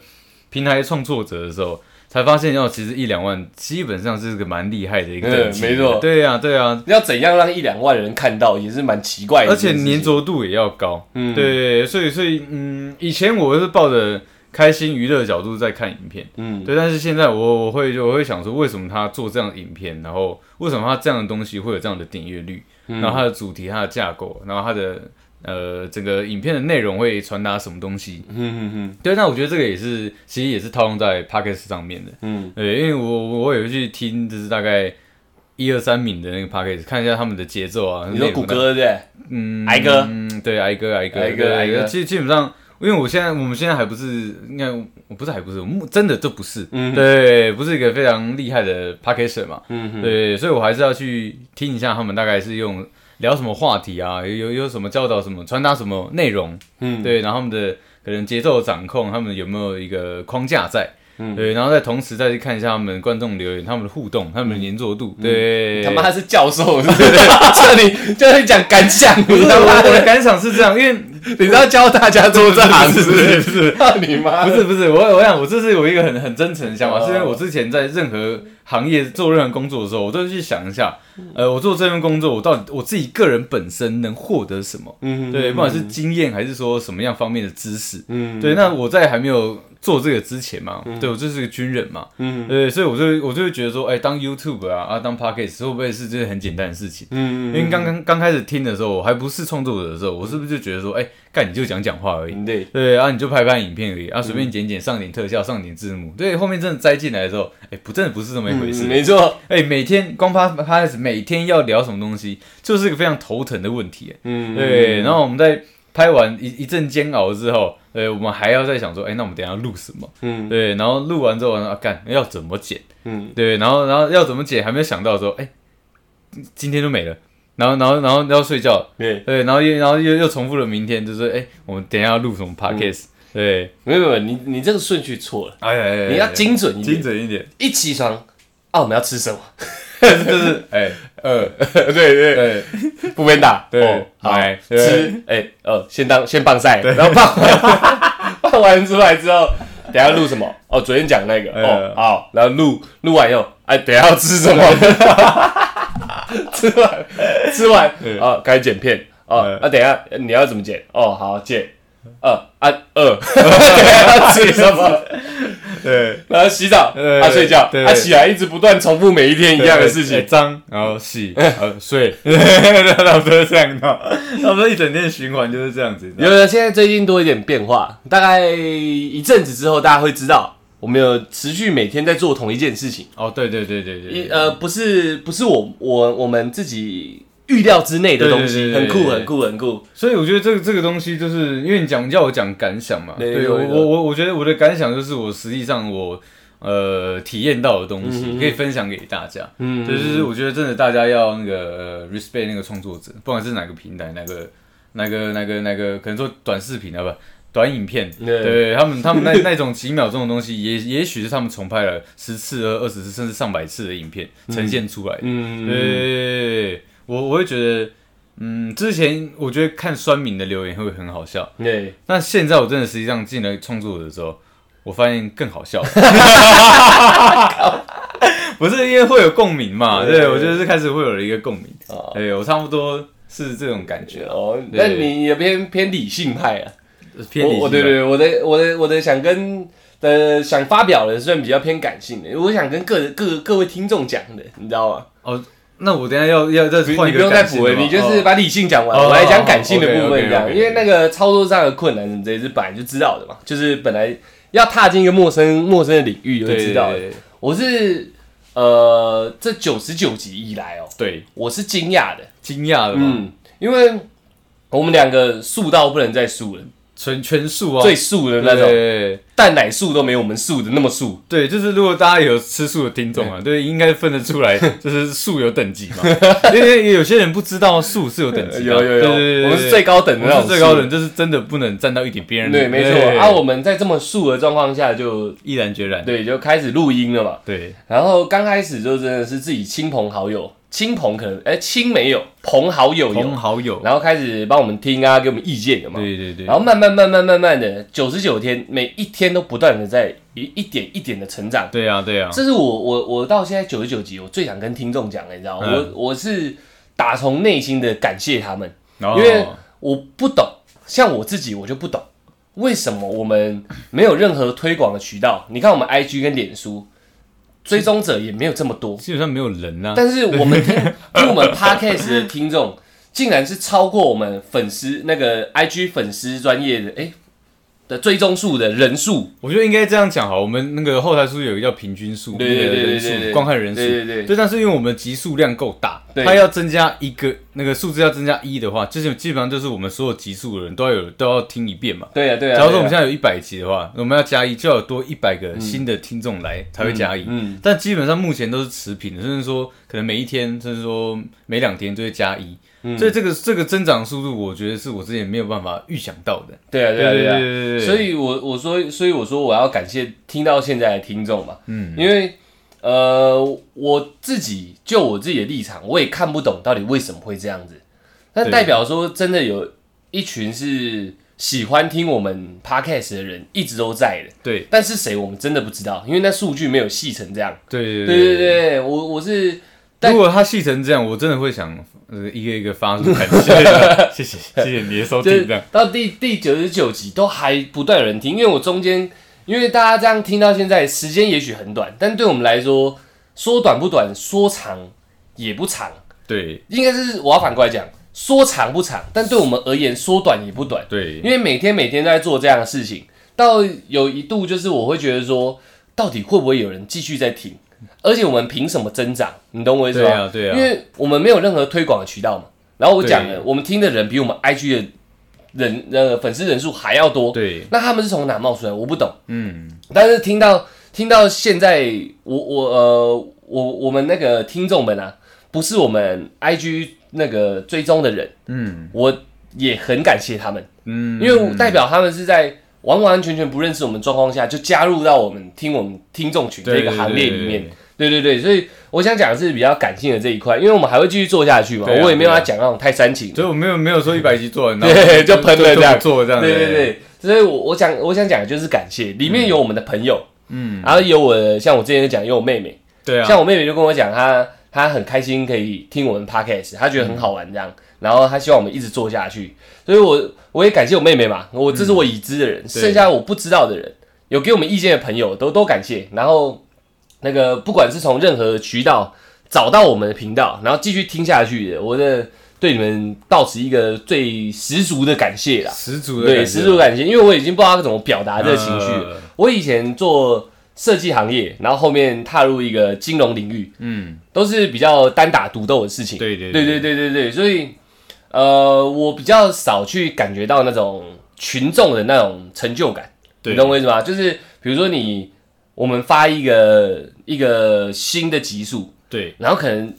Speaker 2: 平台创作者的时候，才发现哦，其实一两万基本上是个蛮厉害的一个
Speaker 1: 嗯
Speaker 2: 等级的。
Speaker 1: 没错
Speaker 2: 对呀、对呀、啊，
Speaker 1: 要怎样让一两万人看到，也哎是蛮奇怪的
Speaker 2: 而
Speaker 1: 一件
Speaker 2: 且
Speaker 1: 事情。
Speaker 2: 粘着度也要高。
Speaker 1: 嗯
Speaker 2: 对，所以所以嗯，以前我是抱着开心娱乐的角度在看影片。
Speaker 1: 嗯，
Speaker 2: 对，但是现在我我会就我会想说，为什么他做这样的影片，然后为什么他这样的东西会有这样的点阅率，
Speaker 1: 嗯
Speaker 2: 然后它的主题、它的架构，然后它的呃整个影片的内容会传达什么东西？
Speaker 1: 嗯嗯嗯
Speaker 2: 对，那我觉得这个也是其实也是套用在 p o c k e t 上面的，
Speaker 1: 嗯，
Speaker 2: 对，因为我我我有去听，就是大概一二三名的那个 p o c k e t 看一下他们的节奏啊，
Speaker 1: 你说
Speaker 2: 内容
Speaker 1: 谷
Speaker 2: 啊
Speaker 1: 歌对不对？
Speaker 2: 嗯，
Speaker 1: 挨哥
Speaker 2: 嗯，对，挨哥，挨哥，
Speaker 1: 挨哥
Speaker 2: 对
Speaker 1: 挨哥
Speaker 2: 其实基本上，因为我现在，我们现在还不是，应该我不是还不是，我们真的就不是，
Speaker 1: 嗯
Speaker 2: 对，不是一个非常厉害的 p a c k a g e 嘛，
Speaker 1: 嗯哼
Speaker 2: 对，所以我还是要去听一下他们大概是用聊什么话题啊，有有有什么教导什么，传达什么内容，
Speaker 1: 嗯，
Speaker 2: 对，然后他们的可能节奏掌控，他们有没有一个框架在，
Speaker 1: 嗯
Speaker 2: 对，然后再同时再去看一下他们观众留言、他们的互动、他们的粘着度，对，
Speaker 1: 嗯他妈他是教授，是不 是？这里就是讲感想，
Speaker 2: 不
Speaker 1: 你
Speaker 2: 是
Speaker 1: 他
Speaker 2: 我
Speaker 1: 妈
Speaker 2: 我的
Speaker 1: 的，
Speaker 2: 感想是这样，因为。
Speaker 1: 你知道教大家做这行
Speaker 2: 是
Speaker 1: 是
Speaker 2: 是
Speaker 1: 不
Speaker 2: 是
Speaker 1: 是？
Speaker 2: 是，
Speaker 1: 操 你妈！
Speaker 2: 不是不是，我我想我这是有一个很很真诚的想法，
Speaker 1: 哦
Speaker 2: 是因为我之前在任何行业做任何工作的时候，我都会去想一下，
Speaker 1: 嗯
Speaker 2: 呃，我做这份工作，我到底我自己个人本身能获得什么？
Speaker 1: 嗯，嗯
Speaker 2: 对，不管是经验还是说什么样方面的知识，
Speaker 1: 嗯，
Speaker 2: 对，那我在还没有做这个之前嘛，对我就是个军人嘛，
Speaker 1: 嗯
Speaker 2: 对，所以我就会我就会觉得说，哎，当 YouTube 啊啊，当 Podcast 会不会是这件很简单的事情？
Speaker 1: 嗯
Speaker 2: 因为刚刚刚开始听的时候，我还不是创作者的时候，我是不是就觉得说，哎，干你就讲讲话而已？
Speaker 1: 嗯，对，
Speaker 2: 对啊，你就拍拍影片而已啊，随
Speaker 1: 嗯
Speaker 2: 便剪剪，上点特效，上点字幕。对，后面真的栽进来的时候，哎、不，真的不是这么一回事
Speaker 1: 嗯。没错，
Speaker 2: 哎、每天光拍拍，每天要聊什么东西，就是个非常头疼的问题。
Speaker 1: 嗯，
Speaker 2: 对，然后我们在拍完一一阵煎熬之后，对，我们还要再想说，哎、那我们等一下要录什么？
Speaker 1: 嗯
Speaker 2: 对，然后录完之后啊，干要怎么剪？
Speaker 1: 嗯
Speaker 2: 对，然后然后要怎么剪，还没有想到说，哎、今天就没了。然后然后然后要睡觉了，
Speaker 1: 对，
Speaker 2: 对，然后又然后又又重复了明天，就是哎、我们等一下要录
Speaker 1: 嗯
Speaker 2: 什么 podcast？、对。
Speaker 1: 没有没有，你你这个顺序错了，
Speaker 2: 哎哎，
Speaker 1: 你要精准一
Speaker 2: 精
Speaker 1: 点。
Speaker 2: 准一点，
Speaker 1: 一起床，啊，我们要吃什么？
Speaker 2: 就是哎呃，
Speaker 1: 对对，
Speaker 2: 对
Speaker 1: 不便打，
Speaker 2: 对
Speaker 1: 哦，好
Speaker 2: 买对
Speaker 1: 吃，哎呃，先当先棒晒，然后棒完棒完出来之后，等一下录什么？哦，昨天讲那个，哦
Speaker 2: 嗯
Speaker 1: 好，然后录录完以后，哎，等一下要吃什么？吃完吃完
Speaker 2: 嗯
Speaker 1: 啊，开始剪片哦
Speaker 2: 嗯，
Speaker 1: 那等一下你要怎么剪？哦，好剪。二啊二，等一下要吃什么？
Speaker 2: 对，
Speaker 1: 然后洗澡，
Speaker 2: 对
Speaker 1: 啊睡觉，
Speaker 2: 对
Speaker 1: 啊起来，一直不断重复每一天一样的事
Speaker 2: 哎
Speaker 1: 情。
Speaker 2: 脏，然后洗，呃睡， 差不多这样闹，差不多一整天循环就是这样子。
Speaker 1: 有了，现在最近多一点变化，大概一阵子之后，大家会知道我们有持续每天在做同一件事情。
Speaker 2: 哦，对对对对
Speaker 1: 一
Speaker 2: 对，
Speaker 1: 呃，不是不是我我我们自己预料之内的东西，
Speaker 2: 对对对
Speaker 1: 很酷
Speaker 2: 对
Speaker 1: 很酷很酷。
Speaker 2: 所以我觉得这个这个东西，就是因为你讲你叫我讲感想嘛，
Speaker 1: 对
Speaker 2: 对我
Speaker 1: 有一个
Speaker 2: 我我我觉得我的感想就是我实际上我呃体验到的东西，可以分享给大家。
Speaker 1: 嗯
Speaker 2: 对，就是我觉得真的大家要那个、呃、respect 那个创作者，不管是哪个平台、哪个、哪个、哪个、哪个，可能说短视频啊，不短影片，
Speaker 1: 对
Speaker 2: 对他们他们那那种几秒钟的东西，也也许是他们重拍了十次、二十次，甚至上百次的影片呈现出来的。
Speaker 1: 嗯，
Speaker 2: 对，我我会觉得，嗯，之前我觉得看酸民的留言会很好笑，
Speaker 1: 对，
Speaker 2: 那现在我真的实际上进了创作者之后，我发现更好 笑。不是因为会有共鸣嘛？
Speaker 1: 对
Speaker 2: 对，我觉得是开始会有了一个共鸣
Speaker 1: 哦。
Speaker 2: 对，我差不多是这种感觉，
Speaker 1: 哦，
Speaker 2: 对
Speaker 1: 那你也偏偏理性派啊。
Speaker 2: 偏理
Speaker 1: 我我
Speaker 2: 性
Speaker 1: 对
Speaker 2: 的。
Speaker 1: 对，我的我的我的想跟的想发表的虽然比较偏感性的，我想跟各各各位听众讲的，你知道吗？
Speaker 2: 哦，那我等一下要要再
Speaker 1: 不
Speaker 2: 换
Speaker 1: 你
Speaker 2: 一
Speaker 1: 不
Speaker 2: 个
Speaker 1: 用再
Speaker 2: 感性
Speaker 1: 补
Speaker 2: 的
Speaker 1: 了，
Speaker 2: 吗
Speaker 1: 你就是
Speaker 2: 哦
Speaker 1: 把理性讲完，
Speaker 2: 哦
Speaker 1: 我来讲感性的部分，
Speaker 2: OK，OK，OK，OK
Speaker 1: 这样，因为那个操作上的困难什么之类，是本来就知道的嘛，就是本来要踏进一个陌生陌生的领域，就
Speaker 2: 对
Speaker 1: 会知道的。
Speaker 2: 对对
Speaker 1: 我是呃，这九十九集以来哦，
Speaker 2: 对
Speaker 1: 我是惊讶的，
Speaker 2: 惊讶了嘛？
Speaker 1: 嗯，因为我们两个素到不能再素了，
Speaker 2: 全全素啊，
Speaker 1: 最素的那
Speaker 2: 对对
Speaker 1: 种，
Speaker 2: 对
Speaker 1: 蛋奶素都没有我们素的那么素。
Speaker 2: 对，就是如果大家有吃素的听众啊，
Speaker 1: 嗯
Speaker 2: 对，应该分得出 来，就是素有等级嘛，因为有些人不知道素是有等级的，
Speaker 1: 有有有，
Speaker 2: 对对对对
Speaker 1: 我们是最高等的
Speaker 2: 我
Speaker 1: 那种
Speaker 2: 们是最高
Speaker 1: 树
Speaker 2: 人，。就是真的不能占到一点别人的。
Speaker 1: 对，没错。啊，我们在这么素的状况下就，
Speaker 2: 毅然决然。
Speaker 1: 对就开始录音了嘛。
Speaker 2: 对
Speaker 1: 然后刚开始就真的是自己亲朋好友，亲朋可能哎亲没有，朋好友有
Speaker 2: 同，好友，
Speaker 1: 然后开始帮我们听啊，给我们意见，有吗？
Speaker 2: 对对对
Speaker 1: 然，后慢慢慢慢慢慢的，九十九天，每一天都不断的在一一点一点的成长。
Speaker 2: 对啊对啊，
Speaker 1: 这是我我我到现在九十九集，我最想跟听众讲的，你知道吗？
Speaker 2: 嗯
Speaker 1: 我我是打从内心的感谢他们，
Speaker 2: 然后
Speaker 1: 因为我不懂，像我自己我就不懂，为什么我们没有任何推广的渠道？你看我们 IG 跟脸书追踪者也没有这么多，
Speaker 2: 基本上没有人啊，
Speaker 1: 但是我们听听我们 podcast 的听众，竟然是超过我们粉丝那个 IG 粉丝专业的哎、诶的追踪数的人数，
Speaker 2: 我觉得应该这样讲好，我们那个后台数有一个叫平均数，
Speaker 1: 对对
Speaker 2: 那个
Speaker 1: 对对
Speaker 2: 人
Speaker 1: 对对
Speaker 2: 数，观看人数，
Speaker 1: 对对对
Speaker 2: 对，但是因为我们集数量够大，
Speaker 1: 对
Speaker 2: 它要增加一个那个数字要增加一的话，就是基本上就是我们所有集数的人都要有都要听一遍嘛。
Speaker 1: 对啊对啊。
Speaker 2: 假如说我们
Speaker 1: 对
Speaker 2: 现
Speaker 1: 啊
Speaker 2: 在有一百集的话，我们要加一，就要有多一百个新的听众来、才会加一。
Speaker 1: 嗯
Speaker 2: 但基本上目前都是持平的，甚至说可能每一天，甚至说每两天就会加一、
Speaker 1: 嗯
Speaker 2: 所以这个这个增长速度，我觉得是我之前没有办法预想到的。
Speaker 1: 对啊对啊
Speaker 2: 对
Speaker 1: 对啊。
Speaker 2: 对对，
Speaker 1: 所以我我说，所以我说我要感谢听到现在的听众嘛，嗯，因为呃，我自己就我自己的立场，我也看不懂到底为什么会这样子。那
Speaker 2: 对
Speaker 1: 代表说，真的有一群是喜欢听我们 podcast 的人一直都在的，
Speaker 2: 对
Speaker 1: 但是谁我们真的不知道，因为那数据没有细成这样。
Speaker 2: 对对
Speaker 1: 对对对，我我是但
Speaker 2: 如果它细成这样，我真的会想，呃，一个一个发出感 谢，谢谢谢谢你的收
Speaker 1: 就
Speaker 2: 听，
Speaker 1: 是
Speaker 2: 这样
Speaker 1: 到第第九十九集都还不断有人听，因为我中间因为大家这样听到现在，时间也许很短，但对我们来说，说短不短，说长也不长，
Speaker 2: 对
Speaker 1: 应该是我要反过来讲，说长不长，但对我们而言，说短也不短，
Speaker 2: 对
Speaker 1: 因为每天每天都在做这样的事情，到有一度就是我会觉得说，到底会不会有人继续在听？而且我们凭什么增长？你懂我意思吗？
Speaker 2: 对啊对啊
Speaker 1: 因为我们没有任何推广的渠道嘛。然后我讲
Speaker 2: 对
Speaker 1: 了，我们听的人比我们 IG 的人呃粉丝人数还要多，
Speaker 2: 对，
Speaker 1: 那他们是从哪冒出来？我不懂。
Speaker 2: 嗯，
Speaker 1: 但是听到听到现在，我我呃我我们那个听众们啊，不是我们 IG 那个追踪的人，
Speaker 2: 嗯
Speaker 1: 我也很感谢他们，
Speaker 2: 嗯，
Speaker 1: 因为我代表他们是在完完全全不认识我们状况下就加入到我们听我们听众群这
Speaker 2: 对
Speaker 1: 个行列里面
Speaker 2: 对对对对。
Speaker 1: 对对对，所以我想讲的是比较感性的这一块，因为我们还会继续做下去嘛，
Speaker 2: 对啊
Speaker 1: 我也没有
Speaker 2: 对啊
Speaker 1: 要讲那种太煽情的。
Speaker 2: 所以我没有没有说一百集做 完，
Speaker 1: 对
Speaker 2: 然后
Speaker 1: 就喷了
Speaker 2: 就
Speaker 1: 这样
Speaker 2: 就做这样，
Speaker 1: 对对，对，所以我我想我想讲的就是感谢，里面有我们的朋友，
Speaker 2: 嗯，
Speaker 1: 然后有我的像我之前讲有我妹妹，
Speaker 2: 对啊，
Speaker 1: 像我妹妹就跟我讲，她她很开心可以听我们 podcast，她觉得很好玩这样，然后她希望我们一直做下去，所以我我也感谢我妹妹嘛，我这是我已知的
Speaker 2: 嗯
Speaker 1: 人，剩下我不知道的人，有给我们意见的朋友都都感谢，然后那个不管是从任何渠道找到我们的频道，然后继续听下去的，我的对你们到此一个最十足的感谢啦。
Speaker 2: 十足的
Speaker 1: 对，
Speaker 2: 感觉啊
Speaker 1: 十足感谢，因为我已经不知道怎么表达这个情绪了。
Speaker 2: 呃
Speaker 1: 我以前做设计行业，然后后面踏入一个金融领域，
Speaker 2: 嗯，
Speaker 1: 都是比较单打独斗的事情。
Speaker 2: 对对
Speaker 1: 对对对对对，所以呃，我比较少去感觉到那种群众的那种成就感，
Speaker 2: 对
Speaker 1: 你懂我意思吗？就是比如说你我们发一个一个新的集数，
Speaker 2: 对，
Speaker 1: 然后可能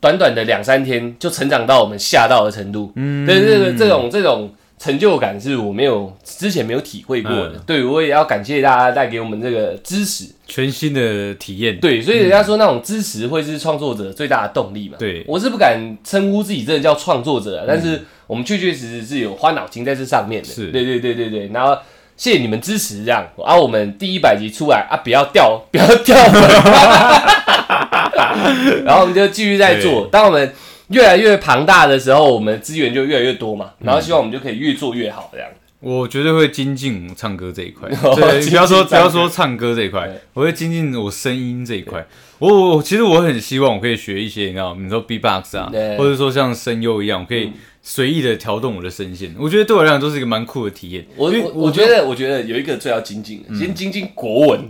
Speaker 1: 短短的两三天就成长到我们吓到的程度，
Speaker 2: 嗯
Speaker 1: 对对对，这种这种成就感是我没有之前没有体会过的。
Speaker 2: 嗯
Speaker 1: 对我也要感谢大家带给我们这个支持。
Speaker 2: 全新的体验，
Speaker 1: 对，所以人家说那种支持会是创作者最大的动力嘛。
Speaker 2: 嗯对嗯
Speaker 1: 我是不敢称呼自己真的叫创作者啊，但是我们确确实实是有花脑筋在这上面的。
Speaker 2: 是
Speaker 1: 对对对对对，然后。谢谢你们支持，这样啊，我们第一百集出来啊，不要掉， 不要掉 粉然后我们就继续在做。当我们越来越庞大的时候，我们资源就越来越多嘛，然后
Speaker 2: 嗯
Speaker 1: 希望我们就可以越做越好这样。
Speaker 2: 我绝对会精进唱歌这一块，
Speaker 1: 哦
Speaker 2: 对，
Speaker 1: 精进
Speaker 2: 不要
Speaker 1: 唱
Speaker 2: 说
Speaker 1: 歌
Speaker 2: 不要说唱歌这一块
Speaker 1: 对，
Speaker 2: 我会精进我声音这一块。我我其实我很希望我可以学一些，你知道，你说 B-box 啊
Speaker 1: 对，
Speaker 2: 或者说像声优一样，我可以随意的调动我的声线。我觉得对我来讲都是一个蛮酷的体验。
Speaker 1: 我
Speaker 2: 因为
Speaker 1: 我我觉得我嗯觉得有一个最要精进的，先精进国文，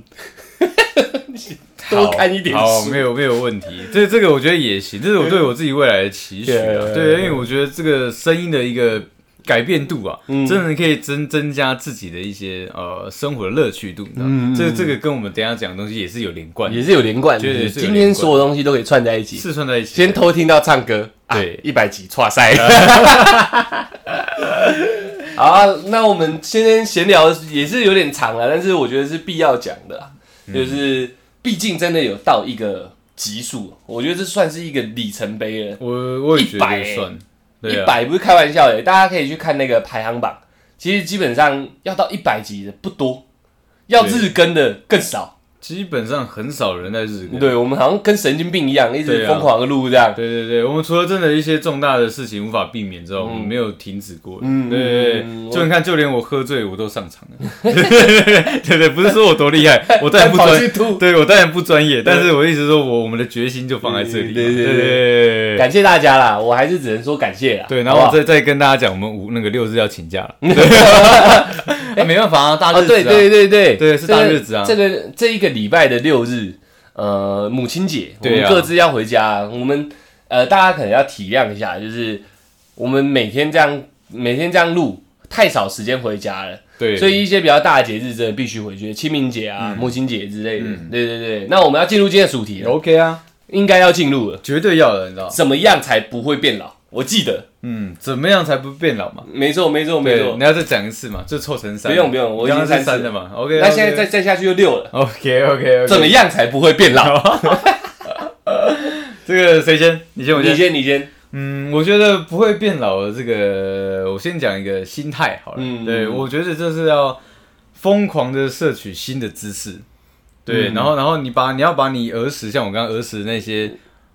Speaker 1: 多
Speaker 2: 好
Speaker 1: 看一点
Speaker 2: 好，
Speaker 1: 书
Speaker 2: 没有没有问题。这这个我觉得也行，这是我对我自己未来的期 许啊。
Speaker 1: 对
Speaker 2: 对，因为我觉得这个声音的一个改变度啊，
Speaker 1: 嗯
Speaker 2: 真的可以增增加自己的一些呃生活的乐趣度。你知道
Speaker 1: 嗯
Speaker 2: 吗，这这个跟我们等一下讲的东西也是有连贯的，
Speaker 1: 也是有连贯的。
Speaker 2: 绝对是
Speaker 1: 今
Speaker 2: 有连
Speaker 1: 天
Speaker 2: 贯
Speaker 1: 所有东西都可以串在一起。
Speaker 2: 是串在一起。
Speaker 1: 先偷听到唱歌，啊
Speaker 2: 对
Speaker 1: 一百集哇 塞。好啊，那我们今天闲聊也啊是啊嗯有点长了，但是我觉得是必要讲的啦，就是毕竟真的有到一个集数，我觉得这算是一个里程碑了。
Speaker 2: 我我也觉
Speaker 1: 100
Speaker 2: 得
Speaker 1: 欸
Speaker 2: 算，
Speaker 1: 一
Speaker 2: 对啊，
Speaker 1: 百不是开玩笑的，大家可以去看那个排行榜。其实基本上要到一百集的不多，要日更的更少。
Speaker 2: 基本上很少人在日更。
Speaker 1: 对我们好像跟神经病一样，一直
Speaker 2: 对啊
Speaker 1: 疯狂的录这样。
Speaker 2: 对对对，我们除了真的一些重大的事情无法避免之外，我们没有停止过。
Speaker 1: 嗯
Speaker 2: 对对
Speaker 1: 嗯
Speaker 2: 对，就你看，就连我喝醉我都上场了。 对对，不是说我多厉害，我当然不
Speaker 1: 跑去
Speaker 2: 专，
Speaker 1: 吐。
Speaker 2: 对我当然不专业，但是我一直说我我们的决心就放在这里嘛。
Speaker 1: 对对对对
Speaker 2: 对对对。
Speaker 1: 感谢大家啦，我还是只能说感谢啦。
Speaker 2: 对，然后
Speaker 1: 好不
Speaker 2: 我
Speaker 1: 好
Speaker 2: 再再跟大家讲，我们五那个六日要请 假了，对没办法啊，大日
Speaker 1: 哦，
Speaker 2: 子
Speaker 1: 对
Speaker 2: 啊
Speaker 1: 对对对
Speaker 2: 对是大日子啊
Speaker 1: 这个这个这一个礼拜的六日，呃，母亲节，我
Speaker 2: 对
Speaker 1: 们
Speaker 2: 啊
Speaker 1: 各自要回家。我们呃，大家可能要体谅一下，就是我们每天这样每天这样录，太少时间回家了。
Speaker 2: 对，嗯
Speaker 1: 所以一些比较大的节日真的必须回去，清明节啊、母亲节之类的。对对对，那我们要进入今天的主题了，
Speaker 2: OK 啊，
Speaker 1: 应该要进入了。
Speaker 2: 绝对要的，你知道吗？
Speaker 1: 怎么样才不会变老？我记得，
Speaker 2: 嗯，怎么样才不变老嘛？
Speaker 1: 没错没错没
Speaker 2: 对，
Speaker 1: 错
Speaker 2: 你。要再讲一次嘛，就凑成三。
Speaker 1: 不用不用我已
Speaker 2: 刚
Speaker 1: 经
Speaker 2: 刚
Speaker 1: 三
Speaker 2: 是
Speaker 1: 次
Speaker 2: 三了嘛。OK，
Speaker 1: 那现在再再下去就六了。
Speaker 2: OK OK OK，
Speaker 1: 怎么样才不会变老？
Speaker 2: 这个谁先？你先，我
Speaker 1: 你
Speaker 2: 先。
Speaker 1: 先你先，
Speaker 2: 嗯，我觉得不会变老的这个，我先讲一个心态好了。
Speaker 1: 嗯
Speaker 2: 对，我觉得这是要疯狂的摄取新的知识。对，
Speaker 1: 嗯
Speaker 2: 然后然后你把你要把你儿时，像我刚刚儿时那些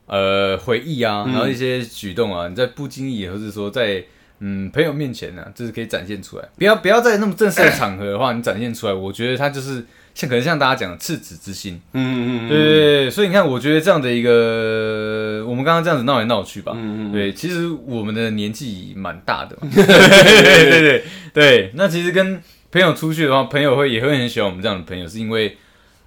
Speaker 2: 呃回忆啊，
Speaker 1: 嗯
Speaker 2: 然后一些举动啊，你在不经意或是说在嗯朋友面前呢、啊，就是可以展现出来。不要不要在那么正式的场合的话，你展现出来，我觉得它就是像可能像大家讲的赤子之心。
Speaker 1: 嗯嗯嗯，
Speaker 2: 对对对，所以你看，我觉得这样的一个，我们刚刚这样子闹来闹去吧，
Speaker 1: 嗯嗯嗯
Speaker 2: 对，其实我们的年纪蛮大的 嘛，对对对对对，那其实跟朋友出去的话，朋友会也会很喜欢我们这样的朋友，是因为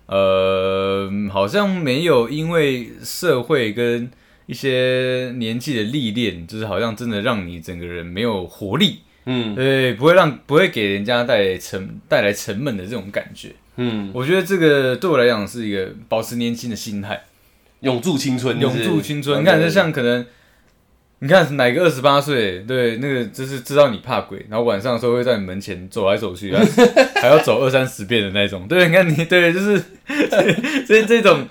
Speaker 2: 呃，好像没有因为社会跟一些年纪的历练，就是好像真的让你整个人没有活力，
Speaker 1: 嗯
Speaker 2: 对，不会让不会给人家带来沉带来沉闷的这种感觉。
Speaker 1: 嗯，
Speaker 2: 我觉得这个对我来讲是一个保持年轻的心态，
Speaker 1: 永驻青春，
Speaker 2: 永驻青春。你看，就像可能，你看哪个二十八岁，对，那个就是知道你怕鬼，然后晚上的时候会在你门前走来走去，还还要走二三十遍的那种。对，你看你，对，就是这这种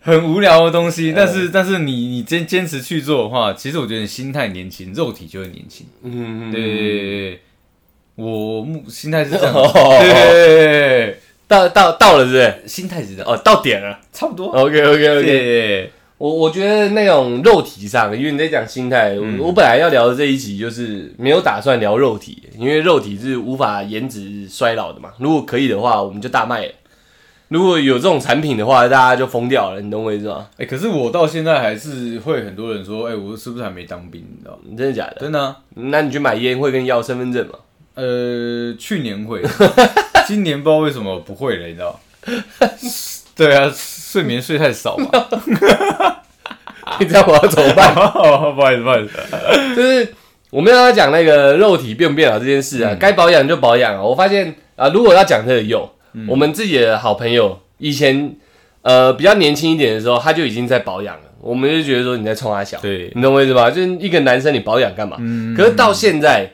Speaker 2: 很无聊的东西，但是但是你你坚坚持去做的话，其实我觉得你心态年轻，肉体就会年轻。
Speaker 1: 嗯，嗯嗯，
Speaker 2: 对对对对对，我目心态是这样
Speaker 1: 哦哦哦
Speaker 2: 的，对对对对对
Speaker 1: 到到到了是不是？
Speaker 2: 对，心态是这样，
Speaker 1: 哦，到点了。
Speaker 2: 差不多。
Speaker 1: OK OK
Speaker 2: 对
Speaker 1: OK，
Speaker 2: 对对。
Speaker 1: 我我觉得那种肉体上，因为你在讲心态，我、我本来要聊的这一集就是没有打算聊肉体，因为肉体是无法延迟衰老的嘛。如果可以的话，我们就大卖了。如果有这种产品的话，大家就疯掉了，你懂我意思吗？
Speaker 2: 哎、可是我到现在还是会很多人说，哎、我是不是还没当兵？你知道吗？
Speaker 1: 你真的假的？
Speaker 2: 真的啊、
Speaker 1: 那你去买烟会跟你要身份证吗？
Speaker 2: 呃，去年会，今年不知道为什么不会了，你知道吗？对啊，睡眠睡太少嘛。
Speaker 1: 你知道我要怎么办？
Speaker 2: 不好意思，不好意思。
Speaker 1: 就是我们要讲那个肉体变不变老这件
Speaker 2: 嗯
Speaker 1: 事啊，该、保养就保养啊。我发现啊、如果要讲这个有，
Speaker 2: 嗯
Speaker 1: 我们自己的好朋友以前呃比较年轻一点的时候，他就已经在保养了，我们就觉得说你在冲他小，
Speaker 2: 对，
Speaker 1: 你懂我意思吧？就是一个男生你保养干嘛？
Speaker 2: 嗯
Speaker 1: 可是到现在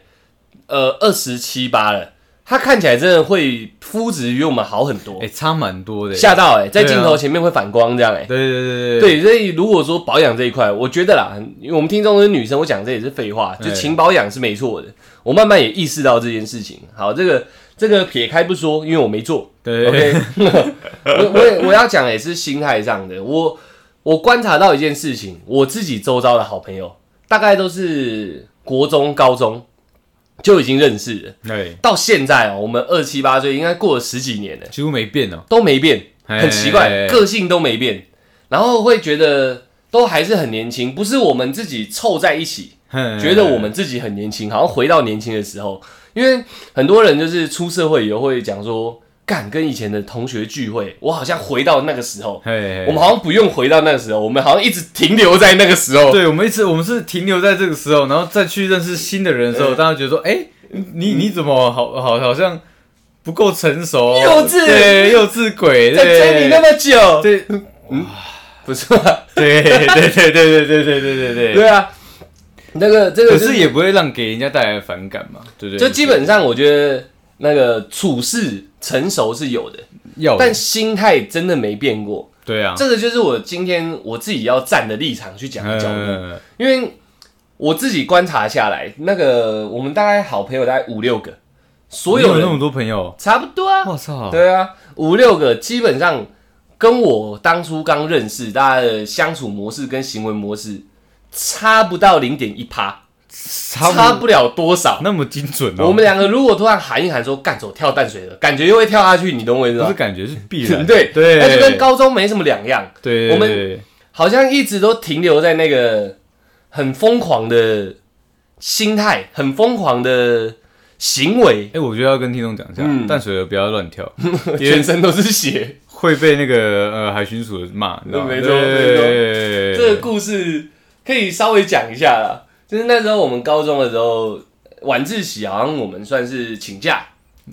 Speaker 1: 呃二十七八了，他看起来真的会肤质比我们好很多
Speaker 2: 哎、，差蛮多的。
Speaker 1: 吓、到哎、在
Speaker 2: 对啊
Speaker 1: 镜头前面会反光这样哎、
Speaker 2: 对对对对
Speaker 1: 对，所以如果说保养这一块，我觉得啦，因为我们听众都是女生，我讲这也是废话，就
Speaker 2: 哎
Speaker 1: 勤保养是没错的。我慢慢也意识到这件事情。好，这个这个撇开不说，因为我没做。
Speaker 2: 对
Speaker 1: OK，我我也我要讲也是心态上的。我我观察到一件事情，我自己周遭的好朋友，大概都是国中、高中就已经认识了，
Speaker 2: 对，
Speaker 1: 到现在哦，我们二七八岁，应该过了十几年了，
Speaker 2: 几乎没变哦、
Speaker 1: 都没变。很奇怪，
Speaker 2: 哎
Speaker 1: 个性都没变，然后会觉得都还是很年轻，不是我们自己凑在一起，
Speaker 2: 嗯
Speaker 1: 觉得我们自己很年轻，好像回到年轻的时候。因为很多人就是出社会以后会讲说，干跟以前的同学聚会，我好像回到那个时候，
Speaker 2: 嘿嘿
Speaker 1: 我们好像不用回到那个时候，我们好像一直停留在那个时候。
Speaker 2: 对，我们一直我们是停留在这个时候，然后再去认识新的人的时候，大家觉得说，哎、你
Speaker 1: 嗯
Speaker 2: 你怎么好好好像不够成熟哦，
Speaker 1: 幼稚
Speaker 2: 对，幼稚 鬼，
Speaker 1: 在追你那
Speaker 2: 对
Speaker 1: 么久，
Speaker 2: 对
Speaker 1: 不是吗？
Speaker 2: 对对对对对对对对对对。
Speaker 1: 对啊，那个这个
Speaker 2: 可
Speaker 1: 就是
Speaker 2: 也不会让给人家带来反感嘛，对不对？
Speaker 1: 就基本上，我觉得那个处事成熟是有的，
Speaker 2: 要的，
Speaker 1: 但心态真的没变过。
Speaker 2: 对啊，
Speaker 1: 这个就是我今天我自己要站的立场去讲的角度，
Speaker 2: 嗯
Speaker 1: 因为我自己观察下来，那个我们大概好朋友大概五六个，所
Speaker 2: 我
Speaker 1: 有
Speaker 2: 有那么
Speaker 1: 人
Speaker 2: 多朋友，
Speaker 1: 差不多啊，
Speaker 2: 我操，
Speaker 1: 对啊，五六个基本上跟我当初刚认识，大家的相处模式跟行为模式差不到零点一趴，
Speaker 2: 差
Speaker 1: 差
Speaker 2: 不
Speaker 1: 不了多少。
Speaker 2: 那么精准哦，
Speaker 1: 我们两个如果突然喊一喊说干走跳淡水了，感觉又会跳下去，你懂我意思
Speaker 2: 不是
Speaker 1: 吗？
Speaker 2: 感觉是必 然，
Speaker 1: 对
Speaker 2: 对，
Speaker 1: 那就跟高中没什么两样，
Speaker 2: 对，
Speaker 1: 我们
Speaker 2: 对
Speaker 1: 好像一直都停留在那个很疯狂的心态，很疯狂的行 为，
Speaker 2: 哎，我觉得要跟听众讲一下
Speaker 1: 嗯，
Speaker 2: 淡水河不要 乱跳，因为
Speaker 1: 全身都是血。
Speaker 2: 会被那个呃海巡署骂，你知道吗？
Speaker 1: 没错没错
Speaker 2: 对，
Speaker 1: 这个故事可以稍微讲一下啦，就是那时候我们高中的时候，晚自习好像我们算是请假，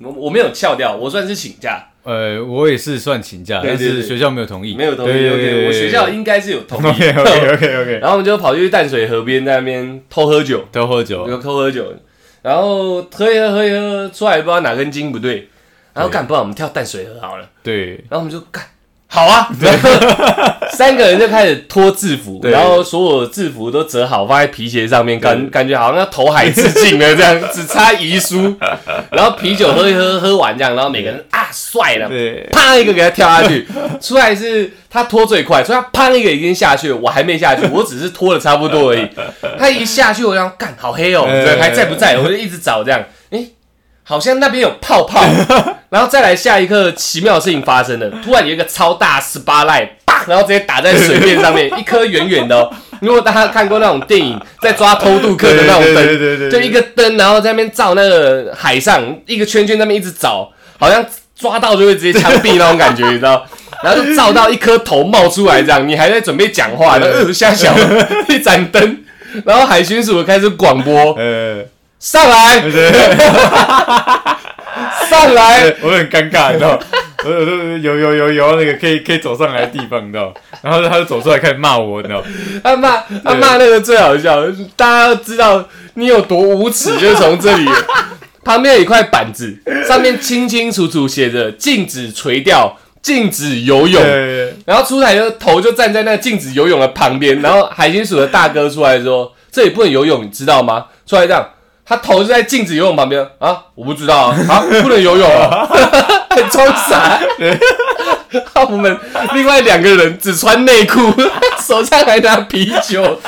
Speaker 1: 我我没有翘掉，我算是请假，
Speaker 2: 呃，我也是算请假，
Speaker 1: 对
Speaker 2: 但
Speaker 1: 对
Speaker 2: 是
Speaker 1: 对
Speaker 2: 学校没有同意，
Speaker 1: 没有同意。
Speaker 2: 对
Speaker 1: OK，我学校应该是有同 意。
Speaker 2: OK OK OK OK，
Speaker 1: 然后我们就跑去淡水河边在那边偷喝酒，
Speaker 2: 都喝酒，
Speaker 1: 有偷喝酒，然后喝一喝喝一喝，出来不知道哪根筋不对，然后干，不然我们跳淡水河好了。
Speaker 2: 对，
Speaker 1: 然后我们就干，好啊，然后三个人就开始脱制服，
Speaker 2: 对
Speaker 1: 然后所有制服都折好放在皮鞋上面，感感觉好像要投海致敬了这样，只差遗书。然后啤酒喝一喝，喝完这样，然后每个人啊帅了。
Speaker 2: 对，
Speaker 1: 啪一个给他跳下去， 出来是他拖最快，所以他啪一个已经下去了，我还没下去，我只是拖的差不多而已。他一下去，我想干好黑哦，
Speaker 2: 哎
Speaker 1: 这还在不在？我就一直找这样，诶、好像那边有泡泡，然后再来下一刻奇妙的事情发 生了，突然有一个超大十八赖。啪然后直接打在水面 上面，一颗圆圆的、哦。如果大家看过那种电影，在抓偷渡客的那种灯
Speaker 2: 对对，对对，
Speaker 1: 就一个灯，然后在那边照那个海上一个圈圈，在那边一直找，好像抓到就会直接枪毙那种感觉，你知 道？然后就照到一颗头冒出来，这样你还在准备讲话， 然后呃瞎想一盏灯，然后海巡署开始广播
Speaker 2: 呃，
Speaker 1: 上来
Speaker 2: 对，对
Speaker 1: 上来，
Speaker 2: 我很尴尬，你知道吗。 我我都有有有有那个可以可以走上来的地方，你知道吗，然后他就走出来开始骂我，你知道吗，
Speaker 1: 他骂他骂那个最好笑，大家要知道你有多无耻，就是从这里。旁边有一块板子，上面清清楚楚写着“禁止垂钓，禁止游泳”。
Speaker 2: 对，
Speaker 1: 然后出来的头就站在那禁止游泳的旁边，然后海巡署的大哥出来说：“这里不能游泳，你知道吗？”出来这样，他头就在禁止游泳旁边啊，我不知道啊， 啊，不能游泳啊，很装傻。啊，我们另外两个人只穿内裤，手上还拿啤酒。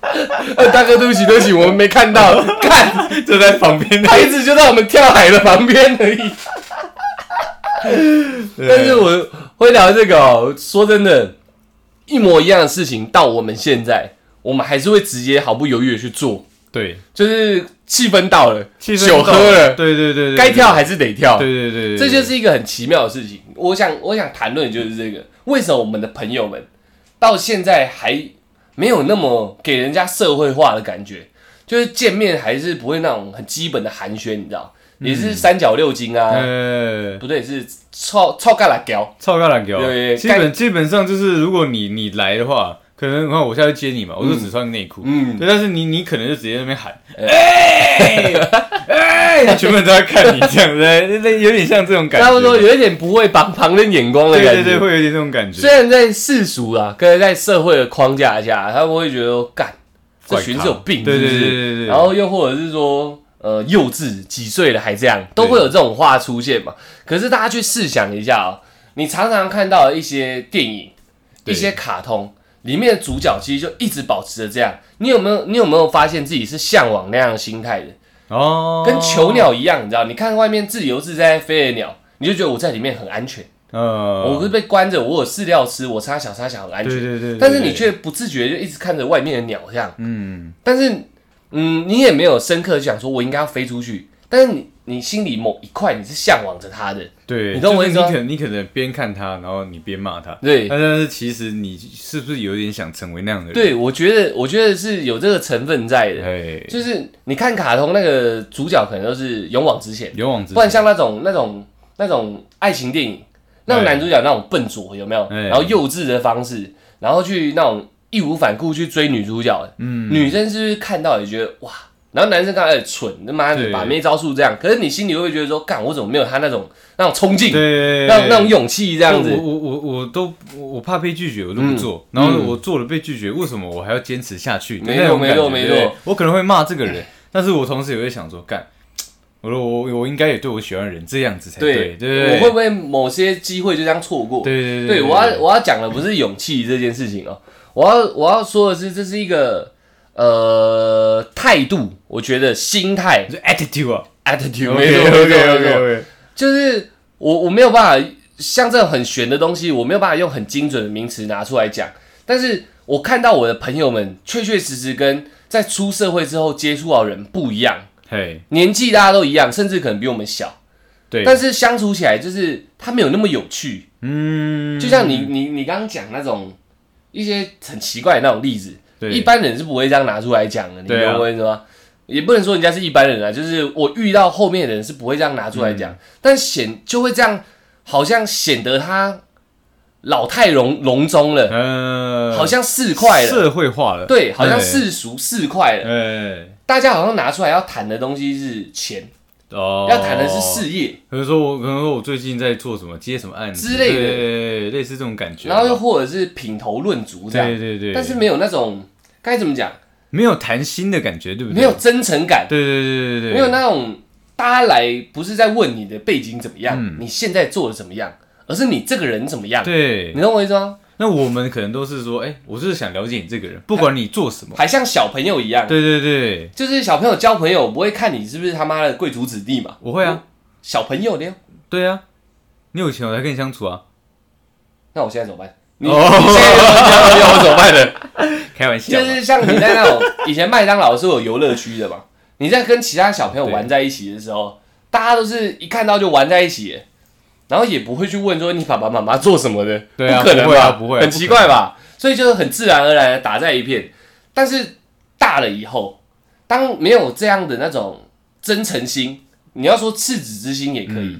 Speaker 1: 呃，大哥，对不起，对不起，我们没看到，看
Speaker 2: 就在 旁边，
Speaker 1: 他一直就在我们跳海的旁边而已。但
Speaker 2: 但
Speaker 1: 是我会聊这个、哦，说真的，一模一样的事情到我们现在，我们还是会直接毫不犹豫的去做，
Speaker 2: 对
Speaker 1: 就是气氛到了，
Speaker 2: 气氛
Speaker 1: 酒
Speaker 2: 到
Speaker 1: 喝了，
Speaker 2: 对对对对，
Speaker 1: 该跳还是得跳，
Speaker 2: 对，对对对对，
Speaker 1: 这就是一个很奇妙的事情。我想，我想谈论的就是这个，为什么我们的朋友们到现在还没有那么给人家社会化的感觉，就是见面还是不会那种很基本的寒暄，你知道，也
Speaker 2: 嗯
Speaker 1: 是三角六经啊，
Speaker 2: 呃，
Speaker 1: 不对，是臭臭干辣椒。
Speaker 2: 超高篮球
Speaker 1: 对，
Speaker 2: 基本基本上就是，如果你你来的话，可能你看我下去接你嘛，我就只穿内裤，
Speaker 1: 嗯呃
Speaker 2: 对，但是你你可能就直接在那边喊，哎 哎，全部人都在看你这样子，那那有点像这种感觉，
Speaker 1: 差不多有一点不会防旁人眼光的
Speaker 2: 对
Speaker 1: 感觉。
Speaker 2: 对对，会有点这种感觉
Speaker 1: 虽，然在世俗啊，跟在社会的框架下，他们会觉得说干这
Speaker 2: 怪
Speaker 1: 群
Speaker 2: 咖
Speaker 1: 是有病，
Speaker 2: 对
Speaker 1: 是不
Speaker 2: 对
Speaker 1: 是
Speaker 2: 对对对对，
Speaker 1: 然后又或者是说呃幼稚，几岁了还这样，都会有这种话出现嘛。可是大家去试想一下哦，你常常看到一些电影、
Speaker 2: 对
Speaker 1: 一些卡通。里面的主角其实就一直保持着这样，你有没有？你有没有发现自己是向往那样的心态的？
Speaker 2: 哦，
Speaker 1: 跟囚，鸟一样，你知道？你看外面自由自在飞的鸟，你就觉得我在里面很安全。
Speaker 2: 呃，
Speaker 1: 我是被关着，我有饲料吃，我插小插小很安全。
Speaker 2: 对对对对
Speaker 1: 但是你却不自觉就一直看着外面的鸟这样，
Speaker 2: 嗯，
Speaker 1: 但是嗯，你也没有深刻地想说我应该要飞出去，但是你你心里某一块你是向往着它的，
Speaker 2: 对，
Speaker 1: 你懂我
Speaker 2: 就是
Speaker 1: 意思吗
Speaker 2: 你可能你可能边看他，然后你边骂他，
Speaker 1: 对
Speaker 2: 但但是其实你是不是有点想成为那样的人？
Speaker 1: 对我觉得我觉得是有这个成分在的，
Speaker 2: 哎，
Speaker 1: 就是你看卡通那个主角可能都是勇往直前，
Speaker 2: 勇往直
Speaker 1: 不然
Speaker 2: 前，
Speaker 1: 像那种那种那种爱情电影，那种
Speaker 2: 哎
Speaker 1: 男主角那种笨拙有没有？
Speaker 2: 哎
Speaker 1: 然后幼稚的方式，然后去那种义无反顾去追女主角，
Speaker 2: 嗯，
Speaker 1: 女生是不是看到也觉得哇，然后男生刚开始蠢，他妈的
Speaker 2: 对
Speaker 1: 把妹招数这样，可是你心里会觉得说，干我怎么没有他那种那种冲劲，
Speaker 2: 对，
Speaker 1: 那种那种勇气这
Speaker 2: 这
Speaker 1: 样
Speaker 2: 我
Speaker 1: 子？嗯
Speaker 2: 我我我都我我怕被拒绝，我都不做。然后我做了被拒绝，为什么我还要坚持下去？
Speaker 1: 没错
Speaker 2: 那种感觉
Speaker 1: 没错没错
Speaker 2: 对不对我可能会骂这个人，但是我同时也会想说，干，我说我我应该也对我喜欢的人这样子才对，对不对？
Speaker 1: 我会不会某些机会就这样错过？
Speaker 2: 对对
Speaker 1: 对我要我要讲的不是勇气这件事情哦，我要我要说的是，这是一个呃态度，我觉得心态
Speaker 2: 你说 attitude 啊
Speaker 1: attitude，没 错没错没错，
Speaker 2: ，OK，OK，OK，
Speaker 1: 就是我我没有办法像这种很玄的东西，我没有办法用很精准的名词拿出来讲，但是我看到我的朋友们确确实实跟在出社会之后接触到的人不一样，
Speaker 2: 嘿，
Speaker 1: 年纪大家都一样，甚至可能比我们小，
Speaker 2: 对，
Speaker 1: 但是相处起来就是他没有那么有趣。
Speaker 2: 嗯，
Speaker 1: 就像你你你刚刚讲那种一些很奇怪的那种例子，
Speaker 2: 对
Speaker 1: 一般人是不会这样拿出来讲的，你
Speaker 2: 对啊
Speaker 1: 懂我意思吗？也不能说人家是一般人啊，就是我遇到后面的人是不会这样拿出来讲，
Speaker 2: 嗯
Speaker 1: 但显就会这样，好像显得他老态龙龙钟了，
Speaker 2: 呃，
Speaker 1: 好像市侩了，
Speaker 2: 社会化了，
Speaker 1: 对，好像世俗市侩了，
Speaker 2: 哎，
Speaker 1: 大家好像拿出来要谈的东西是钱，
Speaker 2: 哦，
Speaker 1: 要谈的是事业，
Speaker 2: 可能说我可能说我最近在做什么，接什么案子
Speaker 1: 之类的
Speaker 2: 对类似这种感觉吧。
Speaker 1: 然后又或者是品头论足这样，
Speaker 2: 对对对，
Speaker 1: 但是没有那种该怎么讲，
Speaker 2: 没有谈心的感觉，对不对？
Speaker 1: 没有，真诚感。
Speaker 2: 对对对对对，
Speaker 1: 没有那种大家来不是在问你的背景怎么样，你现在做的怎么样，而是你这个人怎么样。
Speaker 2: 对
Speaker 1: 你。懂我意思吗？
Speaker 2: 那我们可能都是说，哎，我就是想了解你这个人，不管你做什么。
Speaker 1: 还像小朋友一样，
Speaker 2: 对对对，
Speaker 1: 就是小朋友交朋友不会看你是不是他妈的贵族子弟嘛。
Speaker 2: 我会啊，
Speaker 1: 小朋友呢？
Speaker 2: 对啊，你有钱我才跟你相处啊。
Speaker 1: 那我现在怎么办？你、
Speaker 2: 哦
Speaker 1: 你现在就问小朋友我怎么办呢？
Speaker 2: 开玩 笑
Speaker 1: 就
Speaker 2: 嘛，
Speaker 1: 是像你在那种以前麦当劳是有游乐区的嘛，你在跟其他小朋友玩在一起的时候，大家都是一看到就玩在一起，然后也不会去问说你爸爸妈妈做什么的，
Speaker 2: 对啊
Speaker 1: 不可能
Speaker 2: 不会
Speaker 1: 吧？
Speaker 2: 啊不会啊
Speaker 1: 很奇怪吧？所以就是很自然而然的打在一片。但是大了以后，当没有这样的那种真诚心，你要说赤子之心也可
Speaker 2: 嗯
Speaker 1: 以，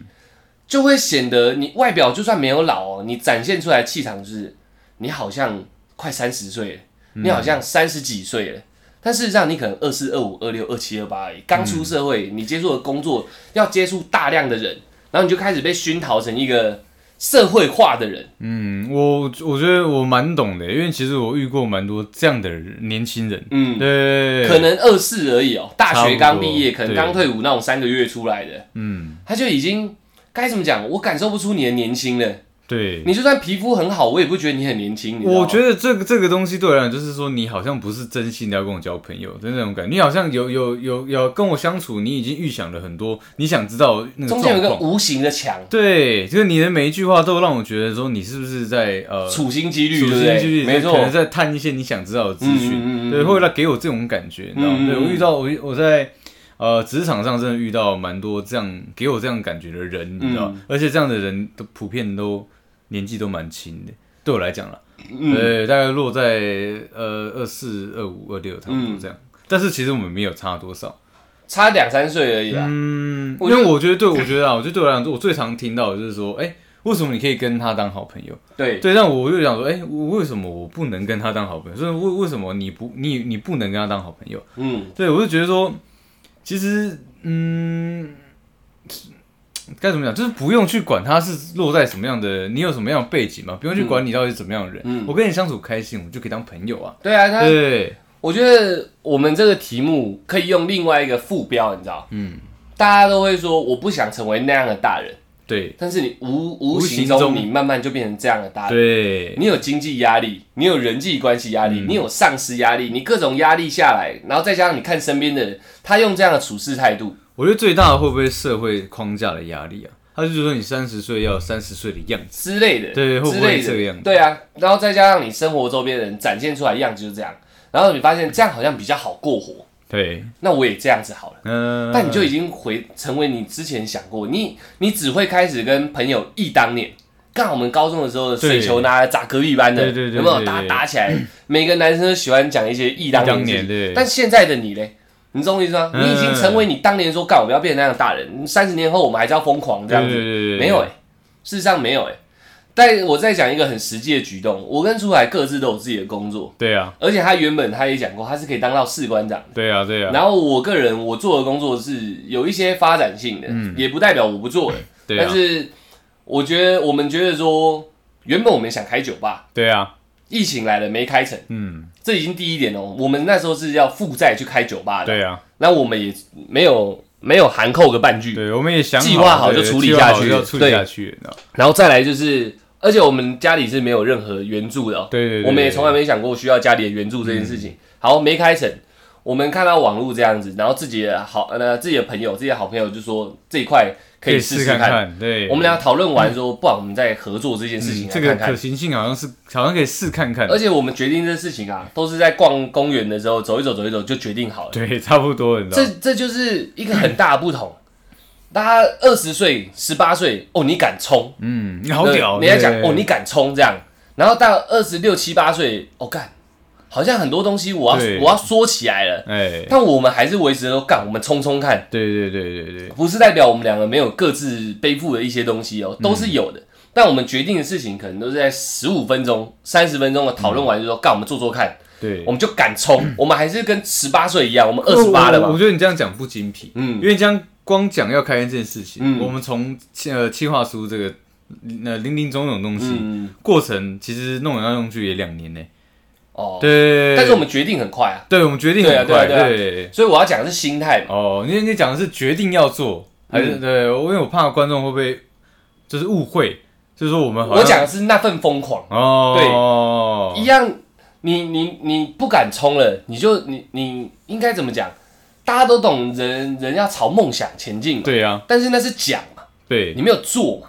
Speaker 1: 就会显得你外表就算没有老哦，你展现出来的气场就是你好像快三十岁了，
Speaker 2: 嗯
Speaker 1: 你好像三十几岁了。但事实上，你可能二四、二五、二六、二七、二八而已。刚出社会，你接触的工作要接触大量的人，然后你就开始被熏陶成一个社会化的人。
Speaker 2: 嗯，我我觉得我蛮懂的，因为其实我遇过蛮多这样的人年轻人，
Speaker 1: 嗯，
Speaker 2: 对，
Speaker 1: 可能二四而已哦，大学刚毕业，
Speaker 2: 差不多
Speaker 1: 可能刚退伍那种三个月出来的，
Speaker 2: 嗯，
Speaker 1: 他就已经该怎么讲？我感受不出你的年轻了。
Speaker 2: 对，
Speaker 1: 你就算皮肤很好，我也不觉得你很年轻。你知道吗
Speaker 2: 我觉得这个这个东西对我来讲，就是说你好像不是真心的要跟我交朋友的那种感觉，你好像有有有有跟我相处，你已经预想了很多，你想知道那个
Speaker 1: 中间有
Speaker 2: 状
Speaker 1: 一个
Speaker 2: 况。
Speaker 1: 无形的墙，
Speaker 2: 对，就是你的每一句话都让我觉得说你是不是在呃
Speaker 1: 处心积虑，
Speaker 2: 处
Speaker 1: 对不
Speaker 2: 心积虑
Speaker 1: 对？没错
Speaker 2: 可，能在探一些你想知道的资
Speaker 1: 嗯嗯嗯嗯
Speaker 2: 讯，对，会来给我这种感觉，你知道吗
Speaker 1: 嗯嗯？嗯
Speaker 2: 对我遇到我我在呃职场上真的遇到蛮多这样给我这样感觉的人，你知道
Speaker 1: 嗯，
Speaker 2: 而且这样的人都普遍都年纪都蛮轻的，对我来讲啦，
Speaker 1: 嗯
Speaker 2: 对，大概落在呃二四、二五、二六差不多
Speaker 1: 嗯
Speaker 2: 这样。但是其实我们没有差多少，
Speaker 1: 差两三岁而已啦。
Speaker 2: 嗯，因
Speaker 1: 我觉得
Speaker 2: 为我觉得对，我觉得啊，我觉得对我来讲，我最常听到的就是说，哎、为什么你可以跟他当好朋友？
Speaker 1: 对，
Speaker 2: 对，但我就想说，哎、我为什么我不能跟他当好朋友？所以为为什么你不你你不能跟他当好朋友？
Speaker 1: 嗯，
Speaker 2: 对我就觉得说，其实嗯，该怎么讲，就是不用去管他是落在什么样的，你有什么样的背景嘛，不用去管你到底是怎么样的人。
Speaker 1: 嗯
Speaker 2: 我跟你相处开心，我们就可以当朋友啊。
Speaker 1: 对啊，他
Speaker 2: 对，
Speaker 1: 我觉得我们这个题目可以用另外一个副标，你知道，
Speaker 2: 嗯，
Speaker 1: 大家都会说我不想成为那样的大人，
Speaker 2: 对
Speaker 1: 但是你无无
Speaker 2: 无
Speaker 1: 形
Speaker 2: 形
Speaker 1: 中
Speaker 2: 中
Speaker 1: 你慢慢就变成这样的大人。
Speaker 2: 对
Speaker 1: 你有经济压力，你有人际关系压
Speaker 2: 嗯
Speaker 1: 力，你有上司压力，你各种压力下来，然后再加上你看身边的人，他用这样的处事态度，
Speaker 2: 我觉得最大的会不会社会框架的压力啊？他就说你三十岁要三十岁的样子，
Speaker 1: 之类的，
Speaker 2: 对会
Speaker 1: 之
Speaker 2: 不会
Speaker 1: 类的
Speaker 2: 这个样子
Speaker 1: 对啊，然后再加上你生活周边的人展现出来的样子就是这样，然后你发现这样好像比较好过活，
Speaker 2: 对，
Speaker 1: 那我也这样子好了。
Speaker 2: 嗯、
Speaker 1: 但你就已经回成为你之前想过，你你只会开始跟朋友忆当年，干我们高中的时候的水球拿来砸隔壁班的，
Speaker 2: 对对对
Speaker 1: 有没有
Speaker 2: 对
Speaker 1: 打
Speaker 2: 对
Speaker 1: 打起来？每个男生都喜欢讲一些忆当年的
Speaker 2: 忆当
Speaker 1: 事
Speaker 2: 年
Speaker 1: 情
Speaker 2: 对
Speaker 1: 但现在的你嘞，你懂我意思吗？
Speaker 2: 嗯
Speaker 1: 你已经成为你当年说干我们要变成那样的大人，三十年后我们还是要疯狂这
Speaker 2: 对
Speaker 1: 样
Speaker 2: 对
Speaker 1: 子，欸
Speaker 2: 对对，
Speaker 1: 没有哎、事实上没有哎、但我再讲一个很实际的举动，我跟出海各自都有自己的工作，
Speaker 2: 对啊，
Speaker 1: 而且他原本他也讲过，他是可以当到士官长的。
Speaker 2: 对啊，对啊，
Speaker 1: 然后我个人我做的工作是有一些发展性的，也不代表我不做了。
Speaker 2: 嗯对
Speaker 1: 但
Speaker 2: 啊，
Speaker 1: 是我觉得我们觉得说，原本我们想开酒吧，
Speaker 2: 对啊，
Speaker 1: 疫情来了没开成，
Speaker 2: 嗯，
Speaker 1: 这已经第一点哦。我们那时候是要负债去开酒吧的，
Speaker 2: 对啊，
Speaker 1: 那我们也没有没有含扣个半句。
Speaker 2: 对，我们也想
Speaker 1: 计划好
Speaker 2: 对
Speaker 1: 就处理
Speaker 2: 计划
Speaker 1: 下
Speaker 2: 好
Speaker 1: 去
Speaker 2: 就处理
Speaker 1: 对
Speaker 2: 下去，你知道
Speaker 1: 然后再来就是，而且我们家里是没有任何援助的、哦，
Speaker 2: 对对对，嗯
Speaker 1: 我们也
Speaker 2: 对
Speaker 1: 从来没想过需要家里的援助这件事情。好，没开成，我们看到网络这样子，然后自己的好呃自己的朋友、自己的好朋友就说这一块可
Speaker 2: 可
Speaker 1: 以
Speaker 2: 以
Speaker 1: 试
Speaker 2: 试
Speaker 1: 试看。
Speaker 2: 看，对，
Speaker 1: 我们俩讨论完说，不然我们再合作这件事情
Speaker 2: 嗯
Speaker 1: 来
Speaker 2: 这个
Speaker 1: 看
Speaker 2: 可
Speaker 1: 看。
Speaker 2: 行性好像是好像可以试看看，
Speaker 1: 而且我们决定这事情啊，都是在逛公园的时候走一走走一走就决定好了。
Speaker 2: 对， 差不多，你知道
Speaker 1: 这
Speaker 2: 吗，
Speaker 1: 这就是一个很大的不同。大家二十岁、十八岁，哦，你敢冲，
Speaker 2: 嗯，你好
Speaker 1: 对
Speaker 2: 屌，
Speaker 1: 人家讲
Speaker 2: 对
Speaker 1: 哦，你敢冲这样，然后到二十六七八岁，哦干，好像很多东西我要
Speaker 2: 对
Speaker 1: 我要说起来了，
Speaker 2: 哎，
Speaker 1: 但我们还是维持说干，我们冲冲看，
Speaker 2: 对对对对对，
Speaker 1: 不是代表我们两个没有各自背负的一些东西哦，
Speaker 2: 嗯
Speaker 1: 都是有的。但我们决定的事情，可能都是在十五分钟、三十分钟的讨论完，就说干，我们做做看，
Speaker 2: 对，
Speaker 1: 我们就敢 冲，我们还是跟十八岁一样，我们
Speaker 2: 不
Speaker 1: 二
Speaker 2: 过
Speaker 1: 十八了
Speaker 2: 我我
Speaker 1: 嘛，
Speaker 2: 觉得你这样讲不精辟，
Speaker 1: 嗯
Speaker 2: 因为这样光讲要开店这件事情，
Speaker 1: 嗯
Speaker 2: 我们从呃计划书这个呃零零总总东西、
Speaker 1: 嗯，
Speaker 2: 过程，其实弄来弄去也两年呢。
Speaker 1: 哦，
Speaker 2: 对，
Speaker 1: 但是我们决定很快啊，
Speaker 2: 对我们决定很快，
Speaker 1: 对啊对啊
Speaker 2: 对
Speaker 1: 所以我要讲的是心态嘛，
Speaker 2: 哦，因为你讲的是决定要做，还
Speaker 1: 嗯
Speaker 2: 是对我因为我怕观众会不会就是误会，就是说我们好啊像
Speaker 1: 我讲的是那份疯狂。
Speaker 2: 哦，
Speaker 1: 一样，你你你不敢冲了，你就你你应该怎么讲？大家都懂人，人要朝梦想前进嘛。
Speaker 2: 对啊，
Speaker 1: 但是那是讲嘛，
Speaker 2: 对，
Speaker 1: 你没有做嘛。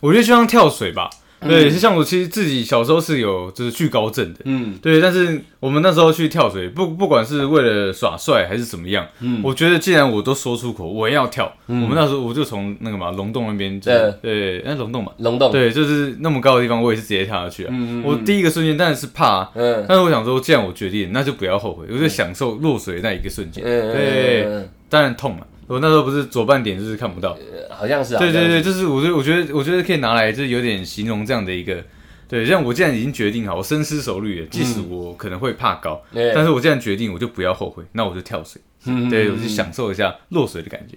Speaker 2: 我觉得就像跳水吧，对，是像我其实自己小时候是有就是惧高症的，
Speaker 1: 嗯
Speaker 2: 对，但是我们那时候去跳水，不不管是为了耍帅还是怎么样，
Speaker 1: 嗯，
Speaker 2: 我觉得既然我都说出口，我也要跳。我们那时候我就从那个嘛龙洞那边，就是对，那龙洞嘛，
Speaker 1: 龙洞。
Speaker 2: 对，就是那么高的地方，我也是直接跳下去啊。
Speaker 1: 嗯嗯
Speaker 2: 我第一个瞬间当然是怕，
Speaker 1: 嗯
Speaker 2: 但是我想说，既然我决定，那就不要后悔，我就享受落水的那一个瞬间。
Speaker 1: 嗯，
Speaker 2: 对
Speaker 1: 嗯，
Speaker 2: 当然痛了，我那时候不是左半点就是看不到，
Speaker 1: 嗯好像是啊。
Speaker 2: 对对
Speaker 1: 好像是
Speaker 2: 对，就是我觉得我觉得我觉得可以拿来，就是有点形容这样的一个。对，像我既然已经决定好，我深思熟虑了，即使我可能会怕高，
Speaker 1: 嗯对
Speaker 2: 但是我既然决定，我就不要后悔，那我就跳水，
Speaker 1: 嗯
Speaker 2: 对我就享受一下落水的感觉，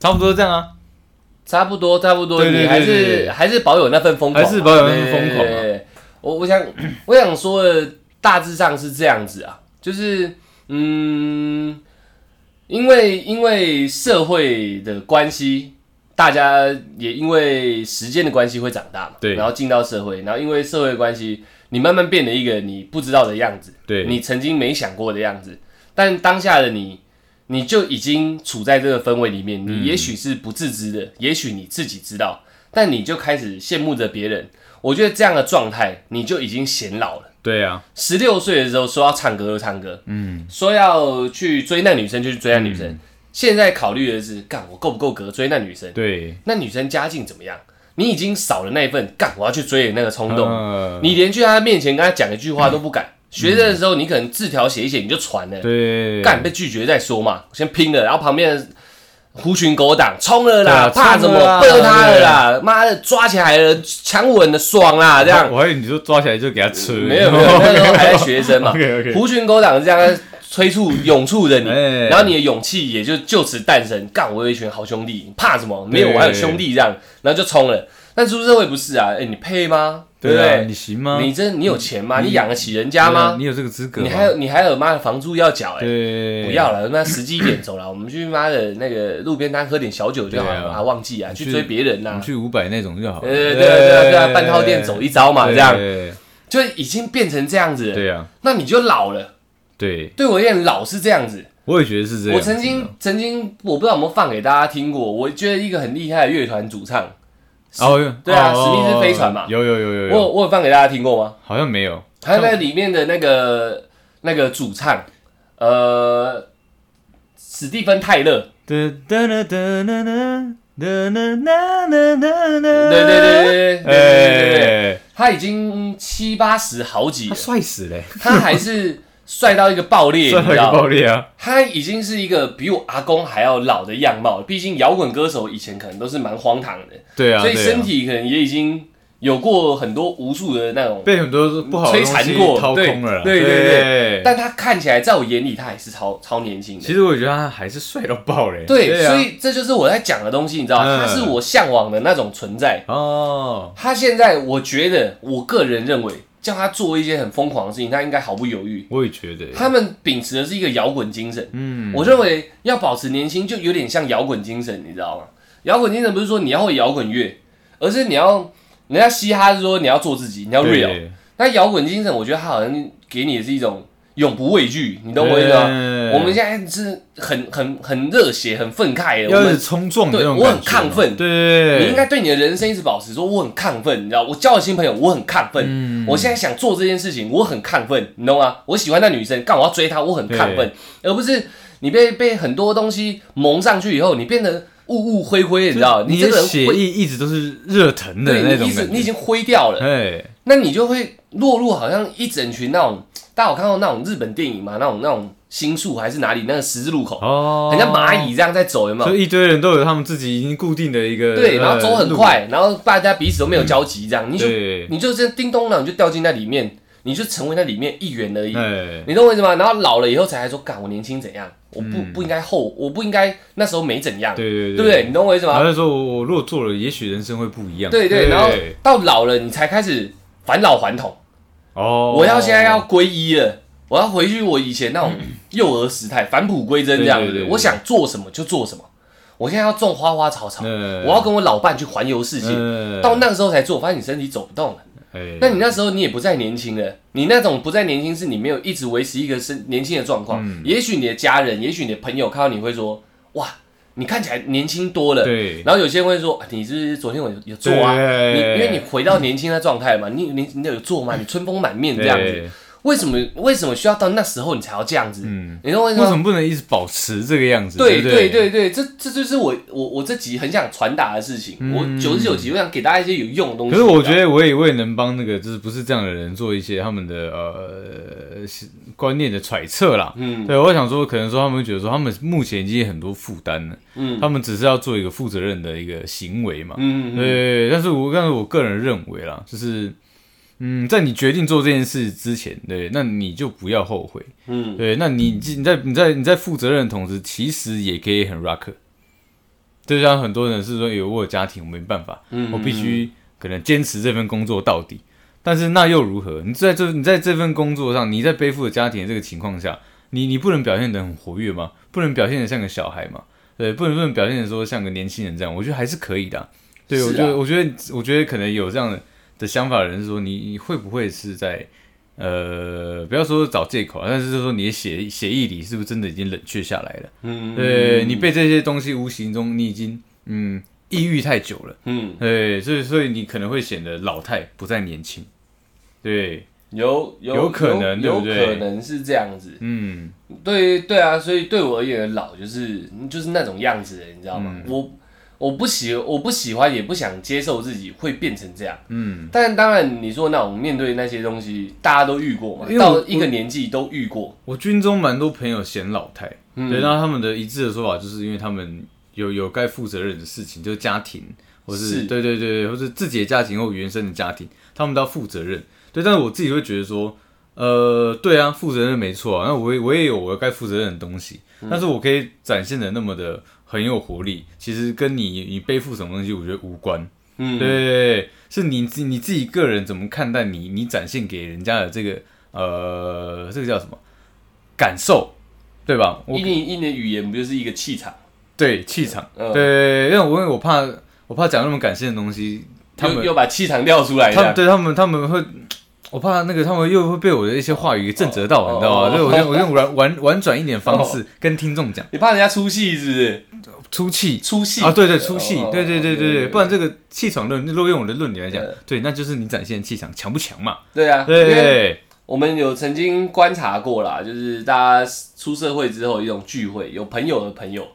Speaker 2: 差不多这样啊，
Speaker 1: 差不多差不多，
Speaker 2: 对对
Speaker 1: 你还
Speaker 2: 对对
Speaker 1: 是
Speaker 2: 对
Speaker 1: 还是保有那份疯狂嘛，
Speaker 2: 还是保有那份疯狂啊
Speaker 1: 对对对对我我想我想说的大致上是这样子啊，就是嗯，因为因为社会的关系，大家也因为时间的关系会长大嘛，
Speaker 2: 对
Speaker 1: 然后进到社会，然后因为社会的关系，你慢慢变得一个你不知道的样子，
Speaker 2: 对
Speaker 1: 你曾经没想过的样子，但当下的你。你就已经处在这个氛围里
Speaker 2: 嗯
Speaker 1: 面，你也许是不自知的，也许你自己知道，但你就开始羡慕着别人。我觉得这样的状态，你就已经显老了。
Speaker 2: 对啊，
Speaker 1: 十六岁的时候说要唱歌就唱歌，嗯，说要去追那女生就去追那女生。
Speaker 2: 嗯
Speaker 1: 现在考虑的是，干我够不够格追那女生？
Speaker 2: 对，
Speaker 1: 那女生家境怎么样？你已经少了那一份干我要去追的那个冲动，
Speaker 2: 呃
Speaker 1: 你连去她面前跟她讲一句话都不敢。学生的时候，你可能字条写一写你就传了，
Speaker 2: 对
Speaker 1: 干被拒绝再说嘛，先拼了。然后旁边的狐群狗党冲了啦，
Speaker 2: 对啊
Speaker 1: 怕什
Speaker 2: 冲
Speaker 1: 么
Speaker 2: 了啦？
Speaker 1: 背他了啦，妈的抓起来了，强吻的爽啦，这样
Speaker 2: 我。我还以为你就抓起来就给他吃，
Speaker 1: 没有没有，那时候还在学生嘛
Speaker 2: OK，OK，
Speaker 1: 狐群狗党是这样催促、涌促着你，
Speaker 2: 哎
Speaker 1: 然后你的勇气也就就此诞生。干，我有一群好兄弟，怕什么？没有，我还有兄弟这样，然后就冲了。但出社会不是啊，哎，你配吗？对
Speaker 2: 对
Speaker 1: 不
Speaker 2: 啊，
Speaker 1: 对
Speaker 2: 你？行吗？
Speaker 1: 你真你有钱吗？你养得起人家
Speaker 2: 对啊
Speaker 1: 吗？
Speaker 2: 你有这个资格吗？
Speaker 1: 你还有你还有妈的房租要缴哎，
Speaker 2: 对，
Speaker 1: 不要了，那实际一点走了，我们去妈的那个路边摊喝点小酒就好了
Speaker 2: 对啊
Speaker 1: 啊，忘记啊，
Speaker 2: 你去
Speaker 1: 去追别人
Speaker 2: 我
Speaker 1: 呐
Speaker 2: 们。去五百那种就好了，
Speaker 1: 呃，对啊对啊对啊，半套店走一遭嘛，
Speaker 2: 对
Speaker 1: 这样
Speaker 2: 对
Speaker 1: 就已经变成这样子了。
Speaker 2: 对啊，
Speaker 1: 那你就老了。
Speaker 2: 对，
Speaker 1: 对我而言，老是这样子。
Speaker 2: 我也觉得是这样。
Speaker 1: 我曾经曾经，我不知道有没有放给大家听过。我觉得一个很厉害的乐团主唱，
Speaker 2: 哦，
Speaker 1: 对啊
Speaker 2: 哦
Speaker 1: 史密斯飞船嘛
Speaker 2: 有有有有
Speaker 1: 我有
Speaker 2: 有，
Speaker 1: 我有放给大家听过吗？
Speaker 2: 好像没有，
Speaker 1: 还有那里面的那个那个主唱，呃，史蒂芬泰勒，
Speaker 2: 对对对对对
Speaker 1: 对对对对对对
Speaker 2: 对
Speaker 1: 对对对，
Speaker 2: 哎，
Speaker 1: 他已经七八十好几
Speaker 2: 他
Speaker 1: 了，
Speaker 2: 帅死嘞，
Speaker 1: 他还是帅到一个爆裂，
Speaker 2: 帅
Speaker 1: 你
Speaker 2: 到
Speaker 1: 知
Speaker 2: 一个
Speaker 1: 道
Speaker 2: 爆
Speaker 1: 吗？
Speaker 2: 裂啊！
Speaker 1: 他已经是一个比我阿公还要老的样貌了，毕竟摇滚歌手以前可能都是蛮荒唐的，
Speaker 2: 对啊，
Speaker 1: 所以
Speaker 2: 对啊
Speaker 1: 身体可能也已经有过很多无数的那种，
Speaker 2: 被很多不好的
Speaker 1: 摧
Speaker 2: 东
Speaker 1: 残
Speaker 2: 西
Speaker 1: 过
Speaker 2: 掏空了啦。
Speaker 1: 对对对对
Speaker 2: 对
Speaker 1: 但他看起来在我眼里他还是超超年轻
Speaker 2: 其
Speaker 1: 的。
Speaker 2: 实我觉得他还是帅到爆嘞。
Speaker 1: 对，
Speaker 2: 啊
Speaker 1: 所以这就是我在讲的东西，你知道，
Speaker 2: 嗯
Speaker 1: 他是我向往的那种存在。
Speaker 2: 哦，
Speaker 1: 他现在，我觉得，我个人认为，叫他做一些很疯狂的事情，他应该毫不犹豫。
Speaker 2: 我也觉得耶。
Speaker 1: 他们秉持的是一个摇滚精神，
Speaker 2: 嗯，
Speaker 1: 我认为要保持年轻，就有点像摇滚精神，你知道吗？摇滚精神不是说你要会摇滚乐，而是你要人家嘻哈是说你要做自己，你要 real。
Speaker 2: 对
Speaker 1: 那摇滚精神，我觉得它好像给你的是一种永不畏惧，你懂我意思吗？
Speaker 2: 对
Speaker 1: 我们现在是很很很热血、很愤慨的，我
Speaker 2: 要是
Speaker 1: 们
Speaker 2: 冲撞的那种
Speaker 1: 对我很
Speaker 2: 感觉嘛
Speaker 1: 亢奋
Speaker 2: 对对，对
Speaker 1: 你应该对你的人生一直保持说我很亢奋，你知道，我交了新朋友，我很亢奋，
Speaker 2: 嗯
Speaker 1: 我现在想做这件事情，我很亢奋，你懂吗？我喜欢那女生，干我要追她，我很亢奋，而不是你被被很多东西蒙上去以后，你变得雾雾灰灰，你知道，
Speaker 2: 你
Speaker 1: 这个
Speaker 2: 的
Speaker 1: 人
Speaker 2: 血
Speaker 1: 灰，
Speaker 2: 液一直都是热腾的那
Speaker 1: 对你
Speaker 2: 种
Speaker 1: 一直
Speaker 2: 感
Speaker 1: 你已
Speaker 2: 觉。
Speaker 1: 经灰掉了，
Speaker 2: 哎，
Speaker 1: 那你就会落入好像一整群那种，大家有看过那种日本电影嘛？那种那种新宿还是哪里那个十字路口，
Speaker 2: 哦，
Speaker 1: 很像蚂蚁这样在走，有没有
Speaker 2: 所？以一堆人都有他们自己已经固定的一个
Speaker 1: 对，然后走很，
Speaker 2: 呃
Speaker 1: 快，然后大家彼此都没有交集，这样你
Speaker 2: 路
Speaker 1: 就
Speaker 2: 对，
Speaker 1: 你就这样叮咚了，你就掉进那里面，你就成为那里面一员而已。
Speaker 2: 哎，
Speaker 1: 你懂我意思吗？然后老了以后才还说，干我年轻怎样？我不、
Speaker 2: 嗯
Speaker 1: 不应该后，我不应该那时候没怎样，
Speaker 2: 对对啊
Speaker 1: 对不对？？你懂我意思
Speaker 2: 然后
Speaker 1: 吗？
Speaker 2: 就说我我如果做了，也许人生会不一样。
Speaker 1: 对对，然后到老了你才开始返老还童。
Speaker 2: 哦，
Speaker 1: 我要现在要皈依了，我要回去我以前那种幼儿时态，返璞归真这样
Speaker 2: 对对
Speaker 1: 子
Speaker 2: 对。对
Speaker 1: 我想做什么就做什么。我现在要种花花草草，
Speaker 2: 呃，
Speaker 1: 我要跟我老伴去环游世界。
Speaker 2: 呃
Speaker 1: 到那个时候才做，发现你身体走不动了。
Speaker 2: 哎
Speaker 1: 那你那时候你也不再年轻了，你那种不再年轻是你没有一直维持一个身年轻的状况。
Speaker 2: 嗯
Speaker 1: 也许你的家人，也许你的朋友看到你会说：“哇，你看起来年轻多了。”
Speaker 2: 对，
Speaker 1: 然后有些人会说：“啊你是不是昨天有有做啊？
Speaker 2: 对
Speaker 1: 你因为你回到年轻的状态嘛，你你你有做嘛？你春风满面这样子，
Speaker 2: 对，
Speaker 1: 为什么为什么需要到那时候你才要这样子？
Speaker 2: 嗯，
Speaker 1: 你懂我意思
Speaker 2: 为什
Speaker 1: 吗？
Speaker 2: 么不能一直保持这个样子？
Speaker 1: 对
Speaker 2: 不
Speaker 1: 对对
Speaker 2: 对
Speaker 1: 对，这这就是我我我这集很想传达的事情。我九十九集，我想给大家一些有用的东西。
Speaker 2: 嗯可是我
Speaker 1: 你知道
Speaker 2: 觉得我也我也能帮那个就是不是这样的人做一些他们的呃是观念的揣测啦。
Speaker 1: 嗯
Speaker 2: 对，我想说，可能说他们会觉得说他们目前已经很多负担了，
Speaker 1: 嗯
Speaker 2: 他们只是要做一个负责任的一个行为嘛。
Speaker 1: 嗯嗯
Speaker 2: 对，但是我但是我个人认为啦，就是。嗯，在你决定做这件事之前，对，那你就不要后悔，
Speaker 1: 嗯，
Speaker 2: 对，那你你在你在你在负责任的同时，其实也可以很 rock。就像很多人是说，哎有我有家庭，我没办法，
Speaker 1: 嗯
Speaker 2: 我必须可能坚持这份工作到底。但是那又如何？你在这你在这份工作上，你在背负着家庭的这个情况下，你你不能表现得很活跃吗？不能表现得像个小孩吗？对，不能不能表现得说像个年轻人这样，我觉得还是可以的啊、对，我
Speaker 1: 是
Speaker 2: 觉得
Speaker 1: 啊
Speaker 2: 我觉得我觉得可能有这样的的想法的人是说，你你会不会是在呃，不要说找借口啊，但是就是说你的血血液里是不是真的已经冷却下来了？
Speaker 1: 嗯，
Speaker 2: 对，你被这些东西无形中你已经嗯抑郁太久了，
Speaker 1: 嗯
Speaker 2: 对，所以所以你可能会显得老态不再年轻，对，
Speaker 1: 有有
Speaker 2: 有可能
Speaker 1: 有
Speaker 2: 对不
Speaker 1: 有
Speaker 2: 对
Speaker 1: 可能是这样子。
Speaker 2: 嗯，
Speaker 1: 对对啊，所以对我而言，老就是就是那种样子的，欸你知道
Speaker 2: 嗯
Speaker 1: 吗？我我不喜我不喜欢，也不想接受自己会变成这样。
Speaker 2: 嗯，
Speaker 1: 但当然，你说那种面对那些东西，大家都遇过嘛
Speaker 2: 因，为我
Speaker 1: 到一个年纪都遇过。
Speaker 2: 我军中蛮多朋友嫌老态，
Speaker 1: 嗯
Speaker 2: 对，那他们的一致的说法就是因为他们有有该负责任的事情，就是家庭，或是
Speaker 1: 是
Speaker 2: 对对对，对或是自己的家庭或原生的家庭，他们都要负责任。对，但是我自己会觉得说，呃，对啊，负责任没错、啊，那我也我也有我该负责任的东西，
Speaker 1: 嗯
Speaker 2: 但是我可以展现的那么的很有活力，其实跟你你背负什么东西，我觉得无关。
Speaker 1: 嗯，
Speaker 2: 对对对，是你自你自己个人怎么看待你你展现给人家的这个呃这个叫什么感受，对吧？我
Speaker 1: 一年一年语言不就是一个气场？
Speaker 2: 对气场，
Speaker 1: 嗯
Speaker 2: 对，因为我因为我怕我怕讲那么感性的东西，他
Speaker 1: 又
Speaker 2: 们
Speaker 1: 又把气场调出来
Speaker 2: 他们
Speaker 1: 了。
Speaker 2: 对他们他们会。我怕那个他们又会被我的一些话语给震折到，
Speaker 1: 哦
Speaker 2: 你知道
Speaker 1: 哦
Speaker 2: 吗？所以我用我用婉婉婉转一点方式跟听众讲，
Speaker 1: 你怕人家出戏是不是？
Speaker 2: 出气
Speaker 1: 出戏
Speaker 2: 啊，对对，出气
Speaker 1: 哦，
Speaker 2: 对对对对
Speaker 1: 对
Speaker 2: 对，
Speaker 1: 对
Speaker 2: 不然这个气场论，如果用我的论理来讲
Speaker 1: 对，
Speaker 2: 对，那就是你展现气场强不强嘛？
Speaker 1: 对啊，因为
Speaker 2: 对，
Speaker 1: 我们有曾经观察过啦，就是大家出社会之后一种聚会，有朋友的朋友，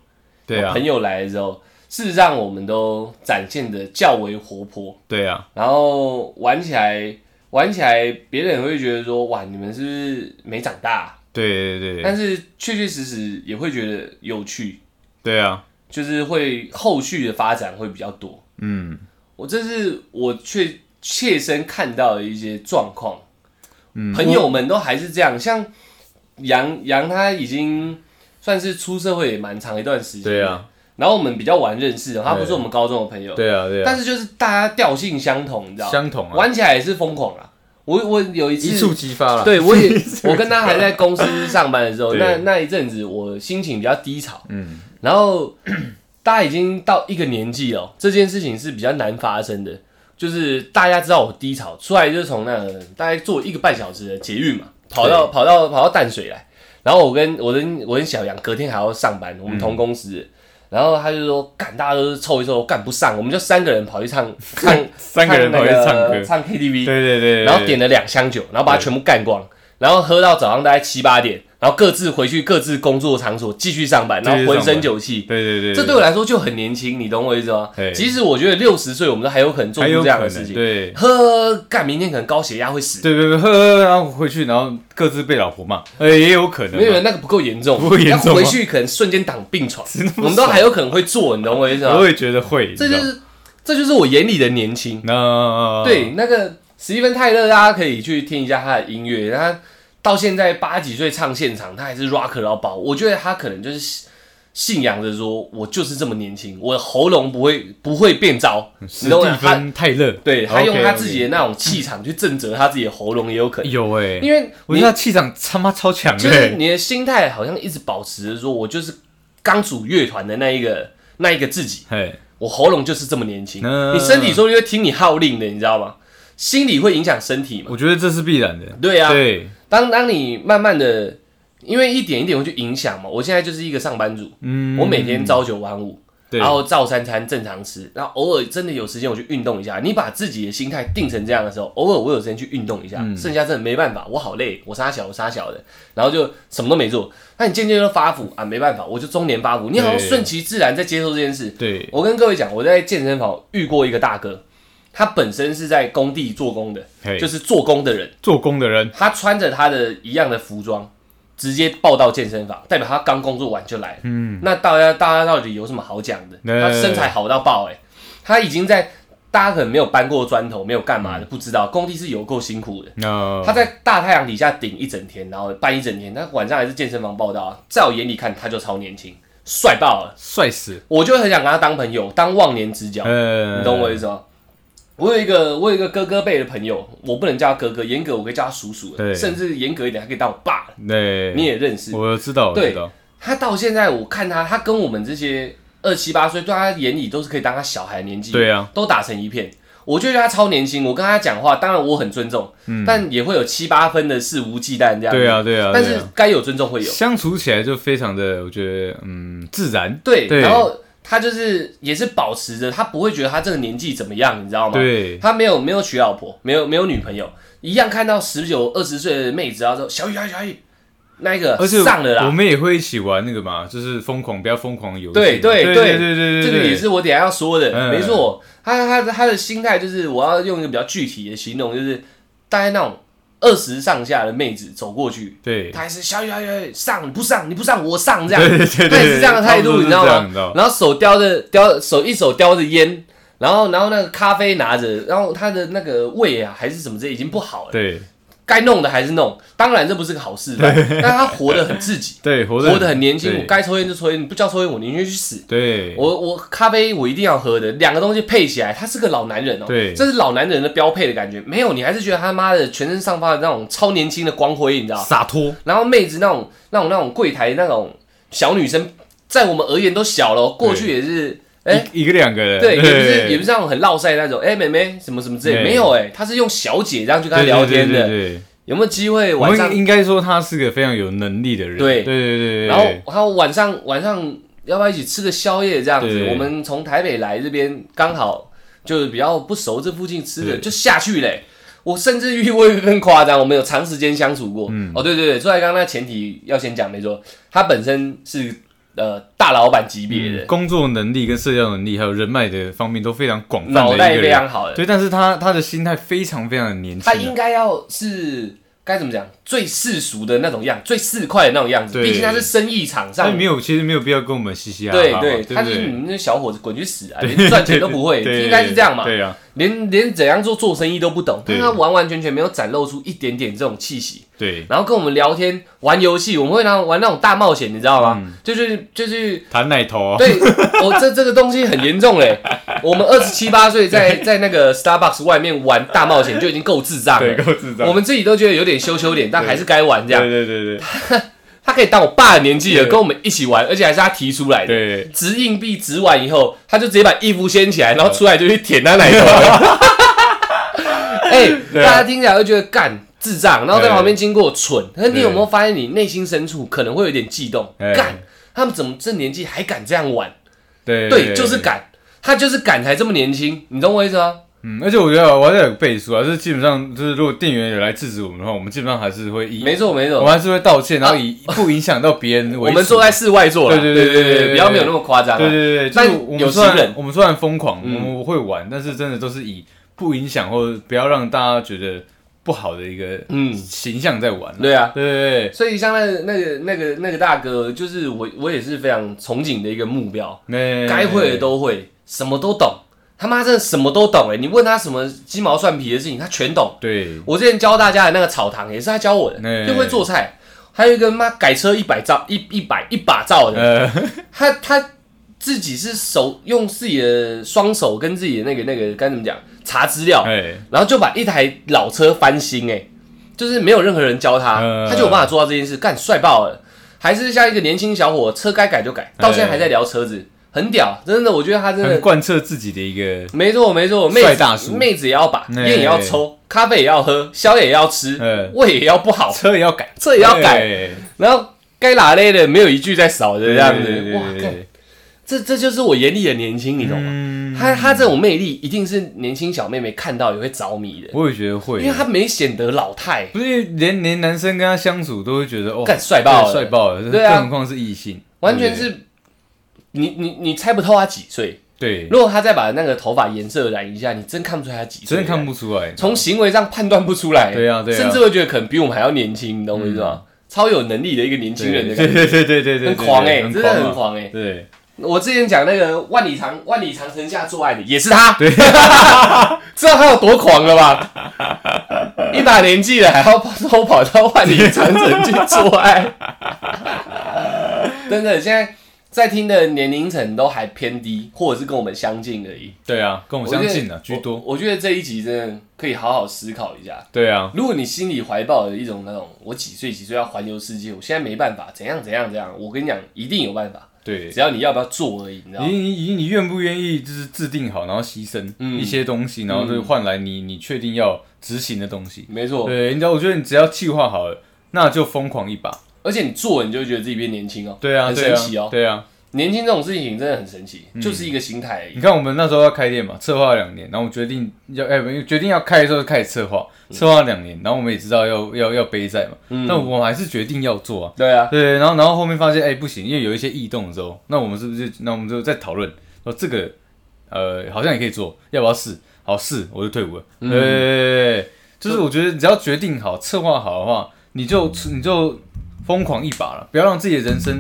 Speaker 2: 对
Speaker 1: 有
Speaker 2: 啊，
Speaker 1: 朋友来的时候，事实上我们都展现的较为活泼，
Speaker 2: 对啊，
Speaker 1: 然后玩起来玩起来，别人会觉得说哇，你们是不是没长大？
Speaker 2: 对对对，
Speaker 1: 但是确确实实也会觉得有趣，
Speaker 2: 对啊，
Speaker 1: 就是会后续的发展会比较多。
Speaker 2: 嗯，
Speaker 1: 我这是我确切身看到的一些状况。
Speaker 2: 嗯
Speaker 1: 朋友们都还是这样，像杨杨他已经算是出社会也蛮长一段时间，
Speaker 2: 对。啊，
Speaker 1: 然后我们比较晚认识的，他不是
Speaker 2: 对
Speaker 1: 我们高中的朋友，
Speaker 2: 对啊，对啊
Speaker 1: 但，是就是大家调性相同，你知道吗？
Speaker 2: 相同啊，
Speaker 1: 玩起来也是疯狂啦。我我有一
Speaker 2: 一
Speaker 1: 次
Speaker 2: 触即发了。，
Speaker 1: 对我也 我跟他还在公司上班的时候，
Speaker 2: 对
Speaker 1: 那那一阵子我心情比较低潮，
Speaker 2: 嗯，
Speaker 1: 然后大家已经到一个年纪哦，这件事情是比较难发生的，就是大家知道我低潮，出来就是从那个大概坐一个半小时的捷运嘛，跑到跑到跑到淡水来，然后我跟我跟我跟小杨隔天还要上班，
Speaker 2: 嗯
Speaker 1: 我们同公司的。然后他就说：“干，大家都是凑一凑，干不上，我们就三个人跑去唱唱，
Speaker 2: 三个人跑去
Speaker 1: 那个
Speaker 2: 唱歌
Speaker 1: 唱 KTV，
Speaker 2: 对对对对，
Speaker 1: 然后点了两箱酒，然后把它全部干光，然后喝到早上大概七八点，然后各自回去各自工作场所继续上班，
Speaker 2: 继
Speaker 1: 然
Speaker 2: 续上班
Speaker 1: 后浑身酒气。
Speaker 2: 对，对对对，
Speaker 1: 这对我来说就很年轻，你懂我意思吗
Speaker 2: 对？
Speaker 1: 即使我觉得六十岁，我们都还有可能做
Speaker 2: 还
Speaker 1: 出
Speaker 2: 有
Speaker 1: 这样
Speaker 2: 可
Speaker 1: 的事
Speaker 2: 能，
Speaker 1: 情。
Speaker 2: 对。
Speaker 1: 喝干，明天可能高血压会死，
Speaker 2: 对对对，喝喝，喝然后回去，然后各自被老婆骂，呃，也有可能啊。
Speaker 1: 没有那个不够严重，
Speaker 2: 不够严
Speaker 1: 要
Speaker 2: 重吗
Speaker 1: 回去可能瞬间躺病 床
Speaker 2: 那么，
Speaker 1: 我们都还有可能会做，你懂我意思
Speaker 2: 我
Speaker 1: 吗？
Speaker 2: 会觉得会，你
Speaker 1: 这
Speaker 2: 知
Speaker 1: 就
Speaker 2: 道
Speaker 1: 是这就是我眼里的年轻。
Speaker 2: 那
Speaker 1: 对，那个史蒂芬泰勒，大家可以去听一下他的音乐。他到现在八几岁唱现场，他还是 rock 到爆。我觉得他可能就是信信仰着说，我就是这么年轻，我喉咙不会不会变糟。
Speaker 2: 史
Speaker 1: 你懂我意
Speaker 2: 蒂
Speaker 1: 思吗？他
Speaker 2: 芬泰勒，
Speaker 1: 对他用
Speaker 2: OK，OK
Speaker 1: 他自己的那种气场去震慑他自己的喉咙也有可能，
Speaker 2: 有哎，
Speaker 1: 因为
Speaker 2: 我
Speaker 1: 你
Speaker 2: 觉得他气场他妈超强
Speaker 1: 就
Speaker 2: 的
Speaker 1: 是
Speaker 2: 欸，
Speaker 1: 你的心态好像一直保持着说，我就是刚组乐团的那一个那一个自己。
Speaker 2: 嘿，
Speaker 1: 我喉咙就是这么年轻，
Speaker 2: 嗯
Speaker 1: 你身体说不定会听你号令的，你知道吗？心理会影响身体嘛？
Speaker 2: 我觉得这是必然的。
Speaker 1: 对啊，
Speaker 2: 对，
Speaker 1: 当当你慢慢的，因为一点一点会去影响嘛。我现在就是一个上班族，
Speaker 2: 嗯，
Speaker 1: 我每天朝九晚五，
Speaker 2: 对
Speaker 1: 然后照三餐正常吃，然后偶尔真的有时间我去运动一下。你把自己的心态定成这样的时候，偶尔我有时间去运动一下，
Speaker 2: 嗯
Speaker 1: 剩下真的没办法，我好累，我傻小我傻小的，然后就什么都没做。那你渐渐就发福啊，没办法，我就中年发福。你好像
Speaker 2: 对
Speaker 1: 顺其自然在接受这件事。
Speaker 2: 对，
Speaker 1: 我跟各位讲，我在健身房遇过一个大哥，他本身是在工地做工的，
Speaker 2: 嘿
Speaker 1: 就是做工的人。
Speaker 2: 做工的人，
Speaker 1: 他穿着他的一样的服装，直接报到健身房，代表他刚工作完就来了。嗯，那大家大家到底有什么好讲的？
Speaker 2: 对
Speaker 1: 他身材好到爆哎、他已经在大家可能没有搬过砖
Speaker 2: 嗯
Speaker 1: 头，没有干嘛的，不知道工地是有够辛苦的。
Speaker 2: 那
Speaker 1: 他在大太阳底下顶一整天，然后搬一整天，他晚上还是健身房报道啊。在我眼里看，他就超年轻，帅爆了，
Speaker 2: 帅死，
Speaker 1: 我就很想跟他当朋友，当忘年之交。
Speaker 2: 呃，
Speaker 1: 你懂我意思吗？我有一个我有一个哥哥辈的朋友，我不能叫他哥哥，严格我可以叫他叔叔，
Speaker 2: 对
Speaker 1: 甚至严格一点还可以当我爸，
Speaker 2: 对，
Speaker 1: 你也认识。
Speaker 2: 我知道，我
Speaker 1: 对
Speaker 2: 知道，
Speaker 1: 他到现在我看他，他跟我们这些二七八岁，对他眼里都是可以当他小孩的年纪，
Speaker 2: 对啊，
Speaker 1: 都打成一片。我就觉得他超年轻，我跟他讲话，当然我很尊重，但也会有七八分的肆无忌惮这样。
Speaker 2: 嗯对啊，，对啊，
Speaker 1: 但
Speaker 2: 对
Speaker 1: 是
Speaker 2: 啊
Speaker 1: 该有尊重会有。
Speaker 2: 相处起来就非常的，我觉得，嗯，自然，
Speaker 1: 对，
Speaker 2: 对
Speaker 1: 然后他就是也是保持着，他不会觉得他这个年纪怎么样，你知道吗？
Speaker 2: 对，
Speaker 1: 他没有没有娶老婆，没有没有女朋友，一样看到十九二十岁的妹子，然后说小雨小雨小雨，那一个
Speaker 2: 而且
Speaker 1: 上了
Speaker 2: 我
Speaker 1: 啦，
Speaker 2: 们也会一起玩那个嘛，就是疯狂不要疯狂游戏嘛，
Speaker 1: 对对对
Speaker 2: 对对对对，
Speaker 1: 这个
Speaker 2: 对
Speaker 1: 也是我等一下要说的，
Speaker 2: 嗯
Speaker 1: 没错，他他他的心态就是我要用一个比较具体的形容，就是大概那种二十上下的妹子走过去。
Speaker 2: 对，
Speaker 1: 他还是小雨小雨小雨上你不上你不上我上这样，
Speaker 2: 对对对对
Speaker 1: 他也是这样的态
Speaker 2: 差不
Speaker 1: 度，
Speaker 2: 多
Speaker 1: 你
Speaker 2: 是
Speaker 1: 知道
Speaker 2: 这
Speaker 1: 吗
Speaker 2: 样你知道？
Speaker 1: 然后手叼着叼手一手叼着烟，然后然后那个咖啡拿着，然后他的那个胃啊还是什么这已经不好了，
Speaker 2: 对
Speaker 1: 该弄的还是弄，当然这不是个好事吧，但他活得很自己，
Speaker 2: 对， 活得
Speaker 1: 活得很年轻。
Speaker 2: 对
Speaker 1: 我该抽烟就抽烟，你不叫抽烟我宁愿去死。
Speaker 2: 对，
Speaker 1: 我我咖啡我一定要喝的，两个东西配起来，他是个老男人哦、
Speaker 2: 对
Speaker 1: 这是老男人的标配的感觉。没有，你还是觉得他妈的全身上发的那种超年轻的光辉，你知道？
Speaker 2: 洒脱，
Speaker 1: 然后妹子那种那种那种柜台那种小女生，在我们而言都小了哦，过去也是。哎、
Speaker 2: 一一个两个人，
Speaker 1: 对，也不是也不是那种很落塞那种，哎、妹妹什么什么之类，
Speaker 2: 对
Speaker 1: 没有哎、他是用小姐这样去跟他聊天的，
Speaker 2: 对对对对对
Speaker 1: 有没有机会
Speaker 2: 我
Speaker 1: 晚上
Speaker 2: 们应该说他是个非常有能力的人，
Speaker 1: 对
Speaker 2: 对对对对，
Speaker 1: 然后然后晚上晚上要不要一起吃个宵夜这样子？
Speaker 2: 对
Speaker 1: 我们从台北来这边刚好就是比较不熟这附近吃的，
Speaker 2: 对
Speaker 1: 就下去嘞、我甚至遇过一个更夸张，我们有长时间相处过。
Speaker 2: 嗯
Speaker 1: 哦，对对对，朱海刚刚那前提要先讲没错，他本身是呃大老板级别的，
Speaker 2: 嗯工作能力跟社交能力还有人脉的方面都非常广泛的
Speaker 1: 脑
Speaker 2: 嗯一
Speaker 1: 袋
Speaker 2: 个
Speaker 1: 非
Speaker 2: 人，
Speaker 1: 常好的，
Speaker 2: 对，但是他他的心态非常非常的年轻
Speaker 1: 他
Speaker 2: 啊，
Speaker 1: 应该要是该怎么讲，最世俗的那种样，最市侩的那种样子。
Speaker 2: 对
Speaker 1: 毕竟他是生意场
Speaker 2: 他
Speaker 1: 上
Speaker 2: 没，有，其实没有必要跟我们嘻嘻哈哈
Speaker 1: 对
Speaker 2: 嘛，
Speaker 1: 对，
Speaker 2: 对
Speaker 1: 他
Speaker 2: 不
Speaker 1: 就是你
Speaker 2: 对？
Speaker 1: 们那小伙子滚去 死啊，连赚钱都不会，
Speaker 2: 对
Speaker 1: 应该是这样嘛。
Speaker 2: 对啊，
Speaker 1: 连连怎样做做生意都不懂，但
Speaker 2: 对
Speaker 1: 他完完全全没有展露出一点点这种气息。
Speaker 2: 对，
Speaker 1: 然后跟我们聊天、玩游戏，我们会拿玩那种大冒险，你知道吗？
Speaker 2: 嗯
Speaker 1: 就是就是
Speaker 2: 弹奶头，啊
Speaker 1: 对，我、这这个东西很严重嘞。我们二十七八岁在在那个 Starbucks 外面玩大冒险就已经够智障
Speaker 2: 对，
Speaker 1: 了，
Speaker 2: 够智障。
Speaker 1: 啊我们自己都觉得有点羞羞脸，但还是该玩这
Speaker 2: 对
Speaker 1: 样。
Speaker 2: 对对对
Speaker 1: 他可以当我爸的年纪了，
Speaker 2: 对
Speaker 1: 跟我们一起玩，而且还是他提出来的。
Speaker 2: 对，
Speaker 1: 掷硬币掷完以后，他就直接把衣服掀起来，然后出来就去舔他奶头啊了。 哎、
Speaker 2: 对啊
Speaker 1: 大家听起来会觉得干智障，然后在
Speaker 2: 对
Speaker 1: 旁边经过蠢。可是你
Speaker 2: 对
Speaker 1: 有没有发现，你内心深处可能会有点悸动？
Speaker 2: 哎
Speaker 1: 干，他们怎么这年纪还敢这样玩？
Speaker 2: 对
Speaker 1: 对，就是。敢，他就是敢才这么年轻，你懂我意思吗？
Speaker 2: 嗯，而且我觉得我还是有个背书啊，就是基本上就是如果店员有来制止我们的话，我们基本上还是会以
Speaker 1: 没错没
Speaker 2: 我
Speaker 1: 错
Speaker 2: 们，还是会道歉，然 后以不影响到别人为主。
Speaker 1: 我们坐在室外做啦，
Speaker 2: 对
Speaker 1: 对
Speaker 2: 对对
Speaker 1: 对
Speaker 2: 对对
Speaker 1: 比较没有那么夸张啊。
Speaker 2: 对对对，
Speaker 1: 但
Speaker 2: 就是我
Speaker 1: 有
Speaker 2: 们虽
Speaker 1: 心人
Speaker 2: 然我们虽然疯狂，我
Speaker 1: 嗯
Speaker 2: 们会玩，但是真的都是以不影响或者不要让大家觉得不好的一个
Speaker 1: 嗯，
Speaker 2: 形象在玩啊。
Speaker 1: 对啊。
Speaker 2: 对对对，
Speaker 1: 所以像那个那个那个那个大哥，就是我我也是非常憧憬的一个目标，
Speaker 2: 没
Speaker 1: 该会的都会，什么都懂。他妈真的什么都懂哎、你问他什么鸡毛蒜皮的事情，他全懂。
Speaker 2: 对
Speaker 1: 我之前教大家的那个草堂也是他教我的，
Speaker 2: 哎
Speaker 1: 又会做菜，还有一个妈改车一百兆一一百一把兆的，
Speaker 2: 呃，
Speaker 1: 他他自己是手用自己的双手跟自己的那个那个该怎么讲查资料，
Speaker 2: 哎，
Speaker 1: 然后就把一台老车翻新、欸，就是没有任何人教他，
Speaker 2: 嗯
Speaker 1: 他就有办法做到这件事，干帅爆了！还是像一个年轻小伙，车该改就改，到现在还在聊车子，很屌，真的，我觉得他真
Speaker 2: 哎很
Speaker 1: 的
Speaker 2: 贯彻自己的一个，
Speaker 1: 没错没错，妹
Speaker 2: 帅大
Speaker 1: 子
Speaker 2: 叔
Speaker 1: 妹子也要把，
Speaker 2: 哎
Speaker 1: 烟也要抽，咖啡也要喝，宵夜也要吃，
Speaker 2: 嗯
Speaker 1: 胃也要不好，
Speaker 2: 车也要改，
Speaker 1: 这也要改，
Speaker 2: 对，
Speaker 1: 然后该哪类的没有一句在少的这
Speaker 2: 对
Speaker 1: 样
Speaker 2: 对对
Speaker 1: 子，
Speaker 2: 对
Speaker 1: 哇，干这这就是我眼里的年轻，你懂吗？
Speaker 2: 嗯，
Speaker 1: 她她这种魅力，一定是年轻小妹妹看到也会着迷的，
Speaker 2: 我也觉得会，
Speaker 1: 因为她没显得老态。
Speaker 2: 不是连连男生跟他相处都会觉得哦，
Speaker 1: 干帅爆了
Speaker 2: 帅爆了，
Speaker 1: 对啊
Speaker 2: 更何况是异性，
Speaker 1: 完全是你你你猜不透她几岁。
Speaker 2: 对，
Speaker 1: 如果她再把那个头发颜色染一下，你真看不出来她几岁。
Speaker 2: 真的看不出来，
Speaker 1: 从行为上判断不出来。
Speaker 2: 对啊对啊
Speaker 1: 甚至会觉得可能比我们还要年轻，你懂我意思吗？超有能力的一个年轻人的
Speaker 2: 对
Speaker 1: 感觉，
Speaker 2: 对对对对对，
Speaker 1: 很狂哎、
Speaker 2: 哎，
Speaker 1: 真的很
Speaker 2: 啊，
Speaker 1: 狂哎、
Speaker 2: 对，
Speaker 1: 我之前讲那个万里长万里长城下做爱的也是他，
Speaker 2: 对
Speaker 1: 知道他有多狂了吧？ 一把年纪了还要偷跑到万里长城去做爱， 真的现在在听的年龄层都还偏低，或者是跟我们相近而已。
Speaker 2: 对啊，跟我
Speaker 1: 我
Speaker 2: 相
Speaker 1: 觉得
Speaker 2: 近啊，居多，
Speaker 1: 我。我觉得这一集真的可以好好思考一下。
Speaker 2: 对啊，
Speaker 1: 如果你心里怀抱有一种那种我几岁几岁要环游世界，我现在没办法，怎样怎样怎样，我跟你讲一定有办法，
Speaker 2: 对，
Speaker 1: 只要你要不要做而已，你知道吗
Speaker 2: 以？你以你愿不愿意就是制定好，然后牺牲
Speaker 1: 嗯
Speaker 2: 一些东西，然后就换来你你确定要执行的东西。
Speaker 1: 没错，
Speaker 2: 对，你知道，我觉得你只要计划好了，那就疯狂一把。
Speaker 1: 而且你做了你就会觉得自己变年轻哦，
Speaker 2: 对啊，
Speaker 1: 很
Speaker 2: 对
Speaker 1: 神奇
Speaker 2: 啊，
Speaker 1: 哦。
Speaker 2: 对啊。
Speaker 1: 年轻这种事情真的很神奇，
Speaker 2: 嗯
Speaker 1: 就是一个心态而已
Speaker 2: 你。看，我们那时候要开店嘛，策划了两年，然后我们决定要哎，不决定要开的时候就开始策划，策划了两年，然后我们也知道要要要背债嘛，
Speaker 1: 嗯
Speaker 2: 那我们还是决定要做啊。
Speaker 1: 对啊，
Speaker 2: 对，然后然后后面发现，哎、不行，因为有一些异动的时候，那我们是不是就那我们就在讨论说这个，呃，好像也可以做，要不要试？好试，我就退伍了。
Speaker 1: 嗯
Speaker 2: 对对对对，就是我觉得只要决定好、策划好的话，你就
Speaker 1: 嗯
Speaker 2: 你就疯狂一把了，不要让自己的人生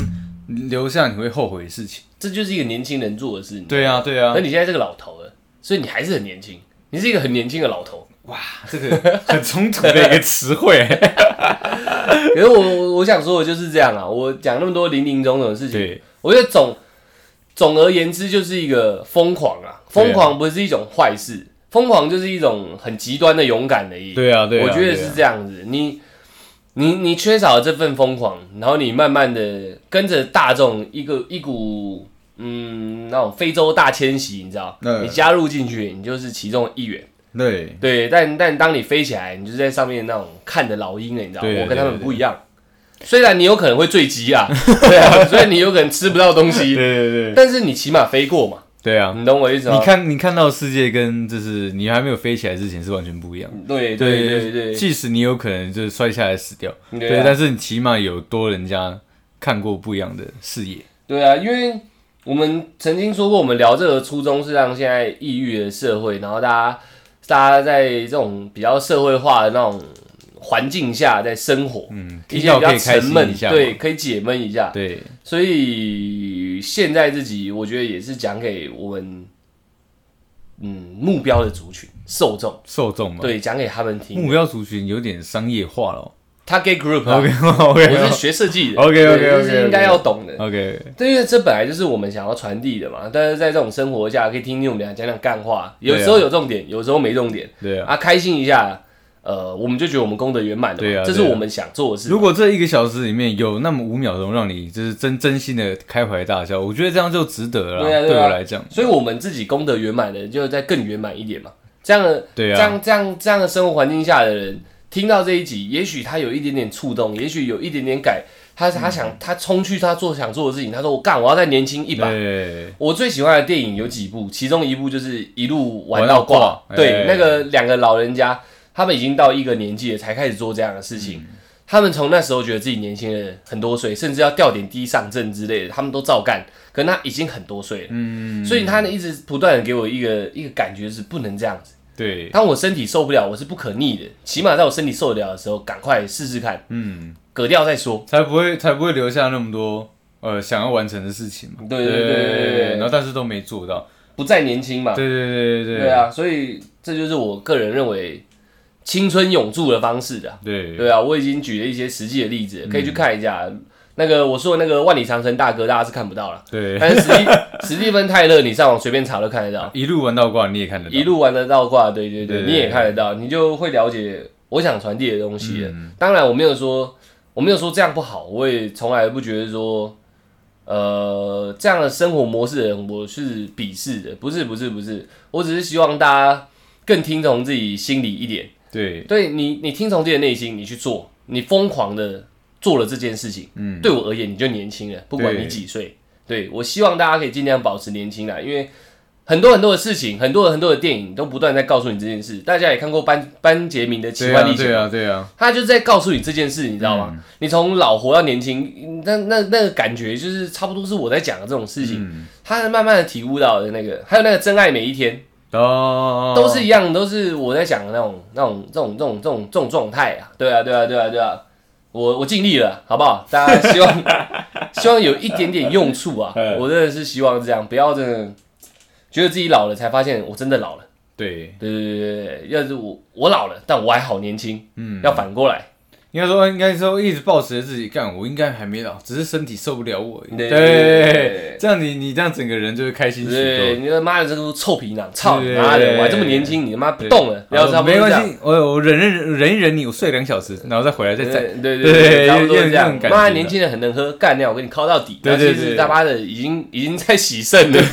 Speaker 2: 留下你会后悔的事情。
Speaker 1: 这就是一个年轻人做的事情。
Speaker 2: 对啊，对啊
Speaker 1: 而，你现在是个老头了，所以你还是很年轻，你是一个很年轻的老头。
Speaker 2: 这个很冲突的一个词 汇。
Speaker 1: 可是我我我想说的就是这样啊，我讲那么多零零总总的事情，
Speaker 2: 对
Speaker 1: 我觉得总总而言之就是一个疯狂啊，
Speaker 2: 对
Speaker 1: 疯
Speaker 2: 啊
Speaker 1: 狂不是一种坏事，疯狂就是一种很极端的勇敢的意思。
Speaker 2: 对啊，对啊，
Speaker 1: 我觉得
Speaker 2: 对啊
Speaker 1: 是这样子，你你你缺少了这份疯狂，然后你慢慢的跟着大众一个一股嗯那种非洲大迁徙，你知道，
Speaker 2: 嗯
Speaker 1: 你加入进去，你就是其中一员。
Speaker 2: 对
Speaker 1: 对，但但当你飞起来，你就是在上面那种看的老鹰了，你知道，
Speaker 2: 对
Speaker 1: 我跟他们
Speaker 2: 对对
Speaker 1: 不一样。虽然你有可能会坠机 啊，对啊，虽然你有可能吃不到东
Speaker 2: 对
Speaker 1: 西，
Speaker 2: 对对
Speaker 1: 但是你起码飞过嘛，
Speaker 2: 对啊！
Speaker 1: 你懂我意思吗？
Speaker 2: 你，看你看到的世界跟就是你还没有飞起来之前是完全不一样的。
Speaker 1: 对对
Speaker 2: 对
Speaker 1: 对对，
Speaker 2: 即使你有可能就是摔下来死掉，
Speaker 1: 对
Speaker 2: 对，
Speaker 1: 啊
Speaker 2: 但是你起码有多人家看过不一样的视野，
Speaker 1: 对啊，因为我们曾经说过，我们聊这个初衷是让现在抑郁的社会，然后大家大家在这种比较社会化的那种环境下在生活，
Speaker 2: 嗯，
Speaker 1: 一
Speaker 2: 听
Speaker 1: 些
Speaker 2: 到
Speaker 1: 比
Speaker 2: 可
Speaker 1: 较
Speaker 2: 以开
Speaker 1: 沉
Speaker 2: 心
Speaker 1: 闷
Speaker 2: 一，下嘛，
Speaker 1: 对，可以解闷一下。
Speaker 2: 对，
Speaker 1: 所以现在自己，我觉得也是讲给我们，嗯，目标的族群受众，
Speaker 2: 受众嘛，，
Speaker 1: 对，讲给他们听。
Speaker 2: 目标族群有点商业化了哦
Speaker 1: 他 gay group 啊，
Speaker 2: ，OK
Speaker 1: 我
Speaker 2: OK
Speaker 1: 是学设 计的
Speaker 2: OK，OK，OK，OK
Speaker 1: 对这是应该要懂的。
Speaker 2: OK，
Speaker 1: 对，因为这本来就是我们想要传递的嘛。但是在这种生活下，可以听听我们俩讲讲干话，有时候有重点，有时候没重点
Speaker 2: 啊对啊。
Speaker 1: 啊，开心一下，呃，我们就觉得我们功德圆满了嘛。
Speaker 2: 对啊
Speaker 1: 这是
Speaker 2: 对啊
Speaker 1: 我们想做的事。
Speaker 2: 如果这一个小时里面有那么五秒钟让你就是真真心的开怀大笑，我觉得这样就值得了啦。
Speaker 1: 对啊对啊
Speaker 2: 我来讲，
Speaker 1: 所以我们自己功德圆满的人，就再更圆满一点嘛。这样的，
Speaker 2: 对啊
Speaker 1: 这样这样这样的生活环境下的人，听到这一集，也许他有一点点触动，也许有一点点改，他他想、
Speaker 2: 嗯
Speaker 1: 他冲去他做想做的事情，他说我干，我要再年轻一把。
Speaker 2: 对，
Speaker 1: 我最喜欢的电影有几部，其中一部就是一路玩到
Speaker 2: 玩
Speaker 1: 挂
Speaker 2: 到，挂
Speaker 1: 对，
Speaker 2: 哎
Speaker 1: 那个两个老人家，他们已经到一个年纪了，才开始做这样的事
Speaker 2: 嗯
Speaker 1: 情。他们从那时候觉得自己年轻了很多岁，甚至要吊点滴上阵之类的，他们都照干。可是他已经很多岁了，
Speaker 2: 嗯，
Speaker 1: 所以他呢一直不断的给我一个一个感觉是不能这样子。
Speaker 2: 对，
Speaker 1: 当我身体受不了，我是不可逆的，起码在我身体受得了的时候，赶快试试看，
Speaker 2: 嗯，
Speaker 1: 割掉再说。
Speaker 2: 才不会才不会留下那么多呃想要完成的事情嘛。
Speaker 1: 对对对对对对
Speaker 2: 然后但是都没做到。
Speaker 1: 不再年轻嘛，
Speaker 2: 对对对对
Speaker 1: 对，啊，所以这就是我个人认为青春永驻的方式的啊。
Speaker 2: 对
Speaker 1: 对啊，我已经举了一些实际的例子，可以去看一下。那个我说的那个万里长城大哥，大家是看不到了，
Speaker 2: 对，
Speaker 1: 但是史蒂史蒂芬泰勒，你上网随便查都看得到，
Speaker 2: 一路玩到挂你也看得到。
Speaker 1: 一路玩得到挂，对对对，
Speaker 2: 对嗯
Speaker 1: 你也看得到，你就会了解我想传递的东西了。当然，我没有说我没有说这样不好，我也从来不觉得说。呃，这样的生活模式的人，我是鄙视的，不是不是不是，我只是希望大家更听从自己心里一点，
Speaker 2: 对，啊
Speaker 1: 对你，你听从自己的内心，你去做，你疯狂的做了这件事情，
Speaker 2: 嗯，
Speaker 1: 对我而言，你就年轻了，不管你
Speaker 2: 对
Speaker 1: 几岁。对我希望大家可以尽量保持年轻啦，因为很多很多的事情，很多很多的电影都不断在告诉你这件事。大家也看过班班杰明的奇
Speaker 2: 对
Speaker 1: 幻
Speaker 2: 啊
Speaker 1: 历险
Speaker 2: 对，啊嗯对啊，
Speaker 1: 他就是在告诉你这件事，你知道吗？你从老活到年轻，那那那个感觉就是差不多是我在讲的这种事情。
Speaker 2: 嗯，
Speaker 1: 他是慢慢的体悟到的那个，还有那个真爱每一天，
Speaker 2: 哦，
Speaker 1: 都是一样，都是我在讲的那种、那种、这种、这种、这种、这种状态啊！对啊，对啊，对啊，对啊！我我尽力了，好不好？大家希 望希望有一点点用处啊！
Speaker 2: 嗯
Speaker 1: 我真的是希望这样，不要真的觉得自己老了才发现我真的老了。
Speaker 2: 对，
Speaker 1: 对对对对对，要是我我老了，但我还好年轻，
Speaker 2: 嗯，
Speaker 1: 要反过来。
Speaker 2: 应该说应该说一直抱持着自己干，我应该还没老，只是身体受不了我而已。
Speaker 1: 对
Speaker 2: 对，这样你你这样整个人就会开心许
Speaker 1: 对，
Speaker 2: 多。
Speaker 1: 你他妈的这个臭皮囊，操你
Speaker 2: 对
Speaker 1: 妈的！我还这么年轻，你他妈不动了，不要
Speaker 2: 好
Speaker 1: 差不多
Speaker 2: 没
Speaker 1: 这样
Speaker 2: 关系，我我忍忍忍一忍你，我睡两小时，然后再回来再再。
Speaker 1: 对对对对，
Speaker 2: 对
Speaker 1: 差不多
Speaker 2: 有
Speaker 1: 这
Speaker 2: 有那
Speaker 1: 样
Speaker 2: 种。感觉
Speaker 1: 妈，年轻人很能喝，干掉我跟你靠到底。
Speaker 2: 对对
Speaker 1: 那其实
Speaker 2: 对
Speaker 1: 他妈的已经已经在洗肾 了。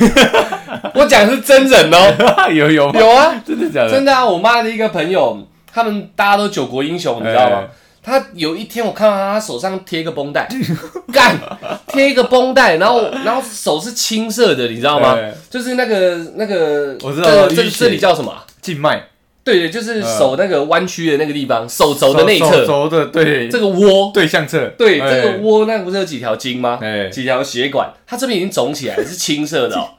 Speaker 1: 我讲的是真人哦，
Speaker 2: 有有吗
Speaker 1: 有啊，
Speaker 2: 真的假的？
Speaker 1: 真的啊，我妈的一个朋友，他们大家都九国英雄，你知道吗
Speaker 2: 哎？
Speaker 1: 他有一天我看到他手上贴一个绷带， 干贴一个绷带，然后然后手是青色的，你知道吗
Speaker 2: 哎？
Speaker 1: 就是那个那个，
Speaker 2: 我知道
Speaker 1: 这这
Speaker 2: 淤血
Speaker 1: 这里叫什么啊？
Speaker 2: 静脉
Speaker 1: 对对，就是
Speaker 2: 嗯
Speaker 1: 手那个弯曲的那个地方，手肘的内侧，
Speaker 2: 手肘的对
Speaker 1: 这个窝，
Speaker 2: 对向侧，
Speaker 1: 对，
Speaker 2: 哎
Speaker 1: 这个窝那不是有几条筋吗？
Speaker 2: 哎
Speaker 1: 几条血管，它这边已经肿起来，是青色的、 哦，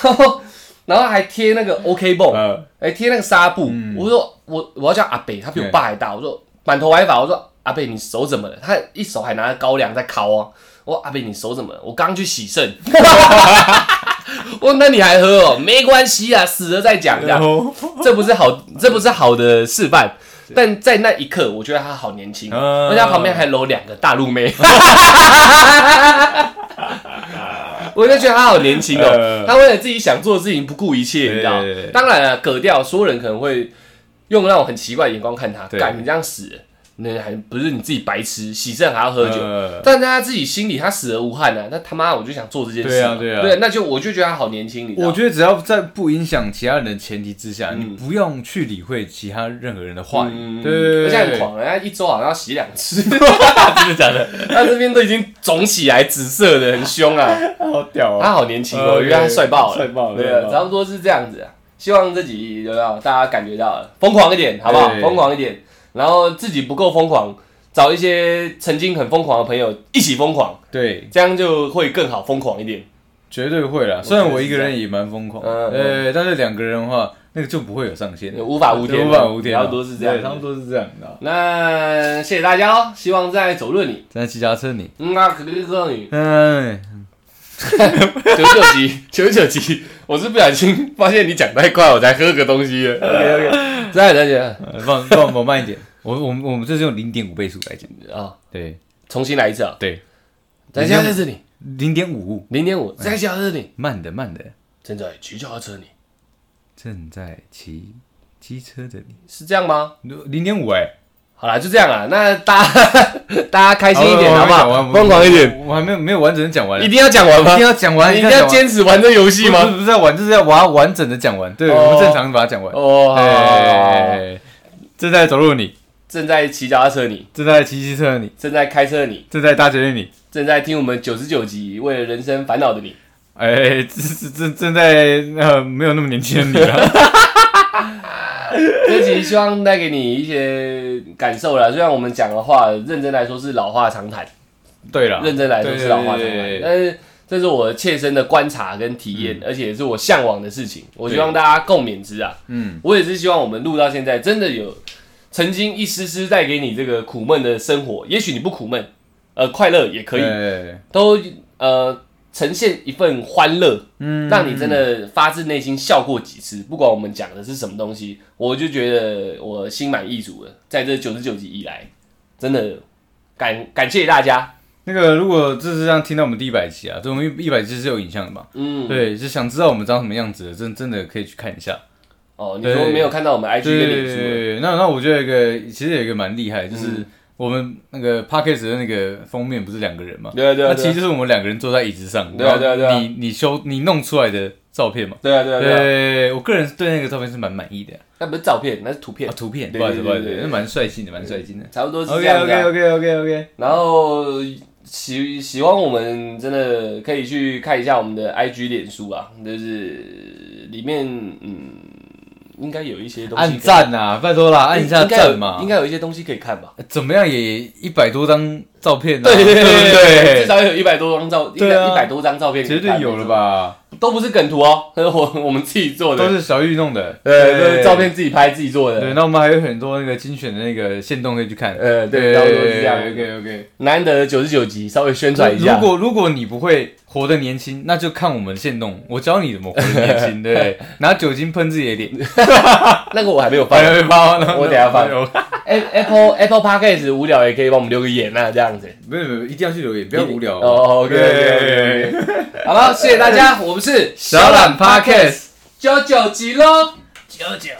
Speaker 1: 然后然后还贴那个 OK 泵，
Speaker 2: 呃
Speaker 1: 还贴那个纱布。
Speaker 2: 嗯
Speaker 1: 我说我我要叫阿北，他比
Speaker 2: 哎
Speaker 1: 我爸还大，我说满头白发，我说阿北你手怎么了？他一手还拿着高粱在敲啊。我说阿北你手怎么了？我刚去洗 肾。我说那你还喝哦？没关系啊，死了再讲这样
Speaker 2: 然。后
Speaker 1: 这不是好，这不是好的示范。但在那一刻，我觉得他好年轻，
Speaker 2: 嗯
Speaker 1: 而且他旁边还搂两个大陆 妹，我就觉得他好年轻哦
Speaker 2: 嗯。
Speaker 1: 他为了自己想做的事情不顾一切，你知道
Speaker 2: 对对？对
Speaker 1: 当然了，割掉，所有人可能会用那种很奇怪的眼光看他，
Speaker 2: 对
Speaker 1: 干你这样死了，那还不是你自己白痴，洗肾还要喝酒。
Speaker 2: 呃
Speaker 1: 但在他自己心里，他死而无憾啊！那他妈我就想做这件事嘛，
Speaker 2: 对啊对啊
Speaker 1: 那就我就觉得他好年轻，你知道
Speaker 2: 我
Speaker 1: 吗？
Speaker 2: 觉得只要在不影响其他人的前提之下，
Speaker 1: 嗯
Speaker 2: 你不用去理会其他任何人的话
Speaker 1: 嗯
Speaker 2: 语，对对对，
Speaker 1: 而且很
Speaker 2: 对，
Speaker 1: 狂，人家一周好像要洗两次，
Speaker 2: 真的假的？
Speaker 1: 他这边都已经肿起来，紫色的，很凶啊！
Speaker 2: 好屌
Speaker 1: 他
Speaker 2: 啊！
Speaker 1: 好年轻
Speaker 2: 呃
Speaker 1: 哦，因为他
Speaker 2: 对
Speaker 1: 帅爆了，
Speaker 2: 帅爆了
Speaker 1: 对
Speaker 2: 帅
Speaker 1: 啊，
Speaker 2: 爆了
Speaker 1: 差不多是这样子啊。希望这集有没有大家感觉到了，疯狂一点，好不好？
Speaker 2: 对
Speaker 1: 疯狂一点，然后自己不够疯狂，找一些曾经很疯狂的朋友一起疯狂，
Speaker 2: 对，
Speaker 1: 这样就会更好疯狂一点。
Speaker 2: 绝对会啦。虽然我一个人也蛮疯狂，
Speaker 1: 嗯嗯
Speaker 2: 呃，但是两个人的话，那个就不会有上限，
Speaker 1: 无法无天
Speaker 2: 对
Speaker 1: 的
Speaker 2: 无法无天的，
Speaker 1: 差不多是这样
Speaker 2: 对差不多是这样的。
Speaker 1: 那谢谢大家哦，希望在走论你，
Speaker 2: 在骑脚踏车你，
Speaker 1: 嗯啊，可可可你
Speaker 2: 哎，
Speaker 1: 九十九 集，九十九集，我是不小心发现你讲太快，我才喝个东西。OK OK，再 再见
Speaker 2: 呃放放我慢一点，我我们我们这是用零点五倍速来讲，
Speaker 1: 啊，
Speaker 2: 对
Speaker 1: 重新来一次啊，
Speaker 2: 对，
Speaker 1: 再见在这里，
Speaker 2: 零点五，
Speaker 1: 零点五，再见在这里，
Speaker 2: 慢的慢的，
Speaker 1: 正在骑脚踏车你，
Speaker 2: 正在骑机车的你，
Speaker 1: 是这样吗？
Speaker 2: 零点五哎，
Speaker 1: 好啦，就这样啊，那大家 大家开心一点
Speaker 2: 我
Speaker 1: 好
Speaker 2: 还
Speaker 1: 不
Speaker 2: 没讲
Speaker 1: 好？
Speaker 2: 完
Speaker 1: 疯狂一点，，
Speaker 2: 我我还没有没有完整的讲完，啊
Speaker 1: 一定要讲完
Speaker 2: 一
Speaker 1: 吗
Speaker 2: 定？要讲完，
Speaker 1: 你一
Speaker 2: 定
Speaker 1: 定要
Speaker 2: 讲完
Speaker 1: 坚持玩这游戏
Speaker 2: 不
Speaker 1: 吗？
Speaker 2: 是不是要玩，就是要把它完整的讲完，对
Speaker 1: 哦
Speaker 2: 我们正常把它讲完。
Speaker 1: 哦，好好好好
Speaker 2: 哎正在走路的你，
Speaker 1: 正在骑脚踏车你，
Speaker 2: 正在骑机车的你，
Speaker 1: 正在开车你，
Speaker 2: 正在搭捷运的你。
Speaker 1: 正在听我们九十九集为了人生烦恼的你，
Speaker 2: 哎，正正正在呃没有那么年轻的你了，
Speaker 1: 这集希望带给你一些感受啦。虽然我们讲的话，认真来说是老话常谈，
Speaker 2: 对了，
Speaker 1: 认真来哎说是老话常
Speaker 2: 对对啊
Speaker 1: 谈
Speaker 2: 对对，嗯
Speaker 1: 但是这是我切身的观察跟体验，而且也是我向往的事情。我希望大家共勉之啊！
Speaker 2: 嗯，
Speaker 1: 我也是希望我们录到现在，真的有曾经一丝丝带给你这个苦闷的生活，也许你不苦闷，呃，快乐也可以，
Speaker 2: 以，
Speaker 1: 都呃呈现一份欢乐，
Speaker 2: 嗯
Speaker 1: 让你真的发自内心笑过几次。不管我们讲的是什么东西，我就觉得我心满意足了。在这九十九集以来，真的感感谢大家。
Speaker 2: 那个如果这是让听到我们第一百集啊，这我们一百集是有影像的嘛？
Speaker 1: 嗯，
Speaker 2: 对，就想知道我们长什么样子的，真真的可以去看一下。
Speaker 1: 哦，你说没有看到我们 IG 跟脸书
Speaker 2: 对，那那我觉得有一个其实有一个蛮厉害，就是我们那个 p a c k a g e 的那个封面不是两个人嘛？
Speaker 1: 对啊对啊
Speaker 2: 那
Speaker 1: 对啊
Speaker 2: 其实就是我们两个人坐在椅子上，
Speaker 1: 对啊对啊对啊
Speaker 2: 然后你你修你弄出来的照片嘛？
Speaker 1: 对啊对啊对啊，
Speaker 2: 对，我个人对那个照片是蛮满意的啊，
Speaker 1: 那不是照片，那是图片
Speaker 2: 啊，图片，
Speaker 1: 对
Speaker 2: 不好意
Speaker 1: 对
Speaker 2: 思不好意
Speaker 1: 对
Speaker 2: 思，
Speaker 1: 对
Speaker 2: 那蛮帅气的，蛮帅气的。
Speaker 1: 差不多是这
Speaker 2: OK
Speaker 1: 样子
Speaker 2: OK
Speaker 1: 啊。
Speaker 2: OK OK OK，
Speaker 1: 然后喜喜欢我们真的可以去看一下我们的 IG 脸书啊，就是里面嗯应该有一些东西可以
Speaker 2: 按赞呐，拜托啦，按一下
Speaker 1: 应该有
Speaker 2: 赞嘛
Speaker 1: 应。该有一些东西可以看吧？
Speaker 2: 怎么样也一百多张照片啊，
Speaker 1: 对
Speaker 2: 对
Speaker 1: 对，至
Speaker 2: 对，
Speaker 1: 少有一百多张照，应
Speaker 2: 对
Speaker 1: 该
Speaker 2: 啊
Speaker 1: 一百多张照片，
Speaker 2: 绝对有了？吧？
Speaker 1: 都不是梗图哦， 都是我我们自己做
Speaker 2: 都
Speaker 1: 的，
Speaker 2: 是小玉弄的，
Speaker 1: 呃，都是照片自己拍自己做
Speaker 2: 对，
Speaker 1: 的，
Speaker 2: 那我们还有很多那个精选的那个线动可以去看。
Speaker 1: 呃，对，差不多是这样。
Speaker 2: OK OK。
Speaker 1: 难得九十九集，稍微宣传一下。
Speaker 2: 如果如果你不会活得年轻，那就看我们线动，我教你怎么活得年轻，对不对？拿酒精喷自己的脸，
Speaker 1: 那个我还没有 发
Speaker 2: 反正会发吗？
Speaker 1: 我等下发
Speaker 2: 发。
Speaker 1: ，A- Apple Apple Podcast 无聊也可以帮我们留个言啊，这样子。
Speaker 2: 没有没有，一定要去留言，不要无聊
Speaker 1: 哦，OK，OK，OK，OK。
Speaker 2: 对
Speaker 1: 好了，谢谢大家，我们是
Speaker 2: 小懒 Podcast。
Speaker 1: 九九集喽，九九。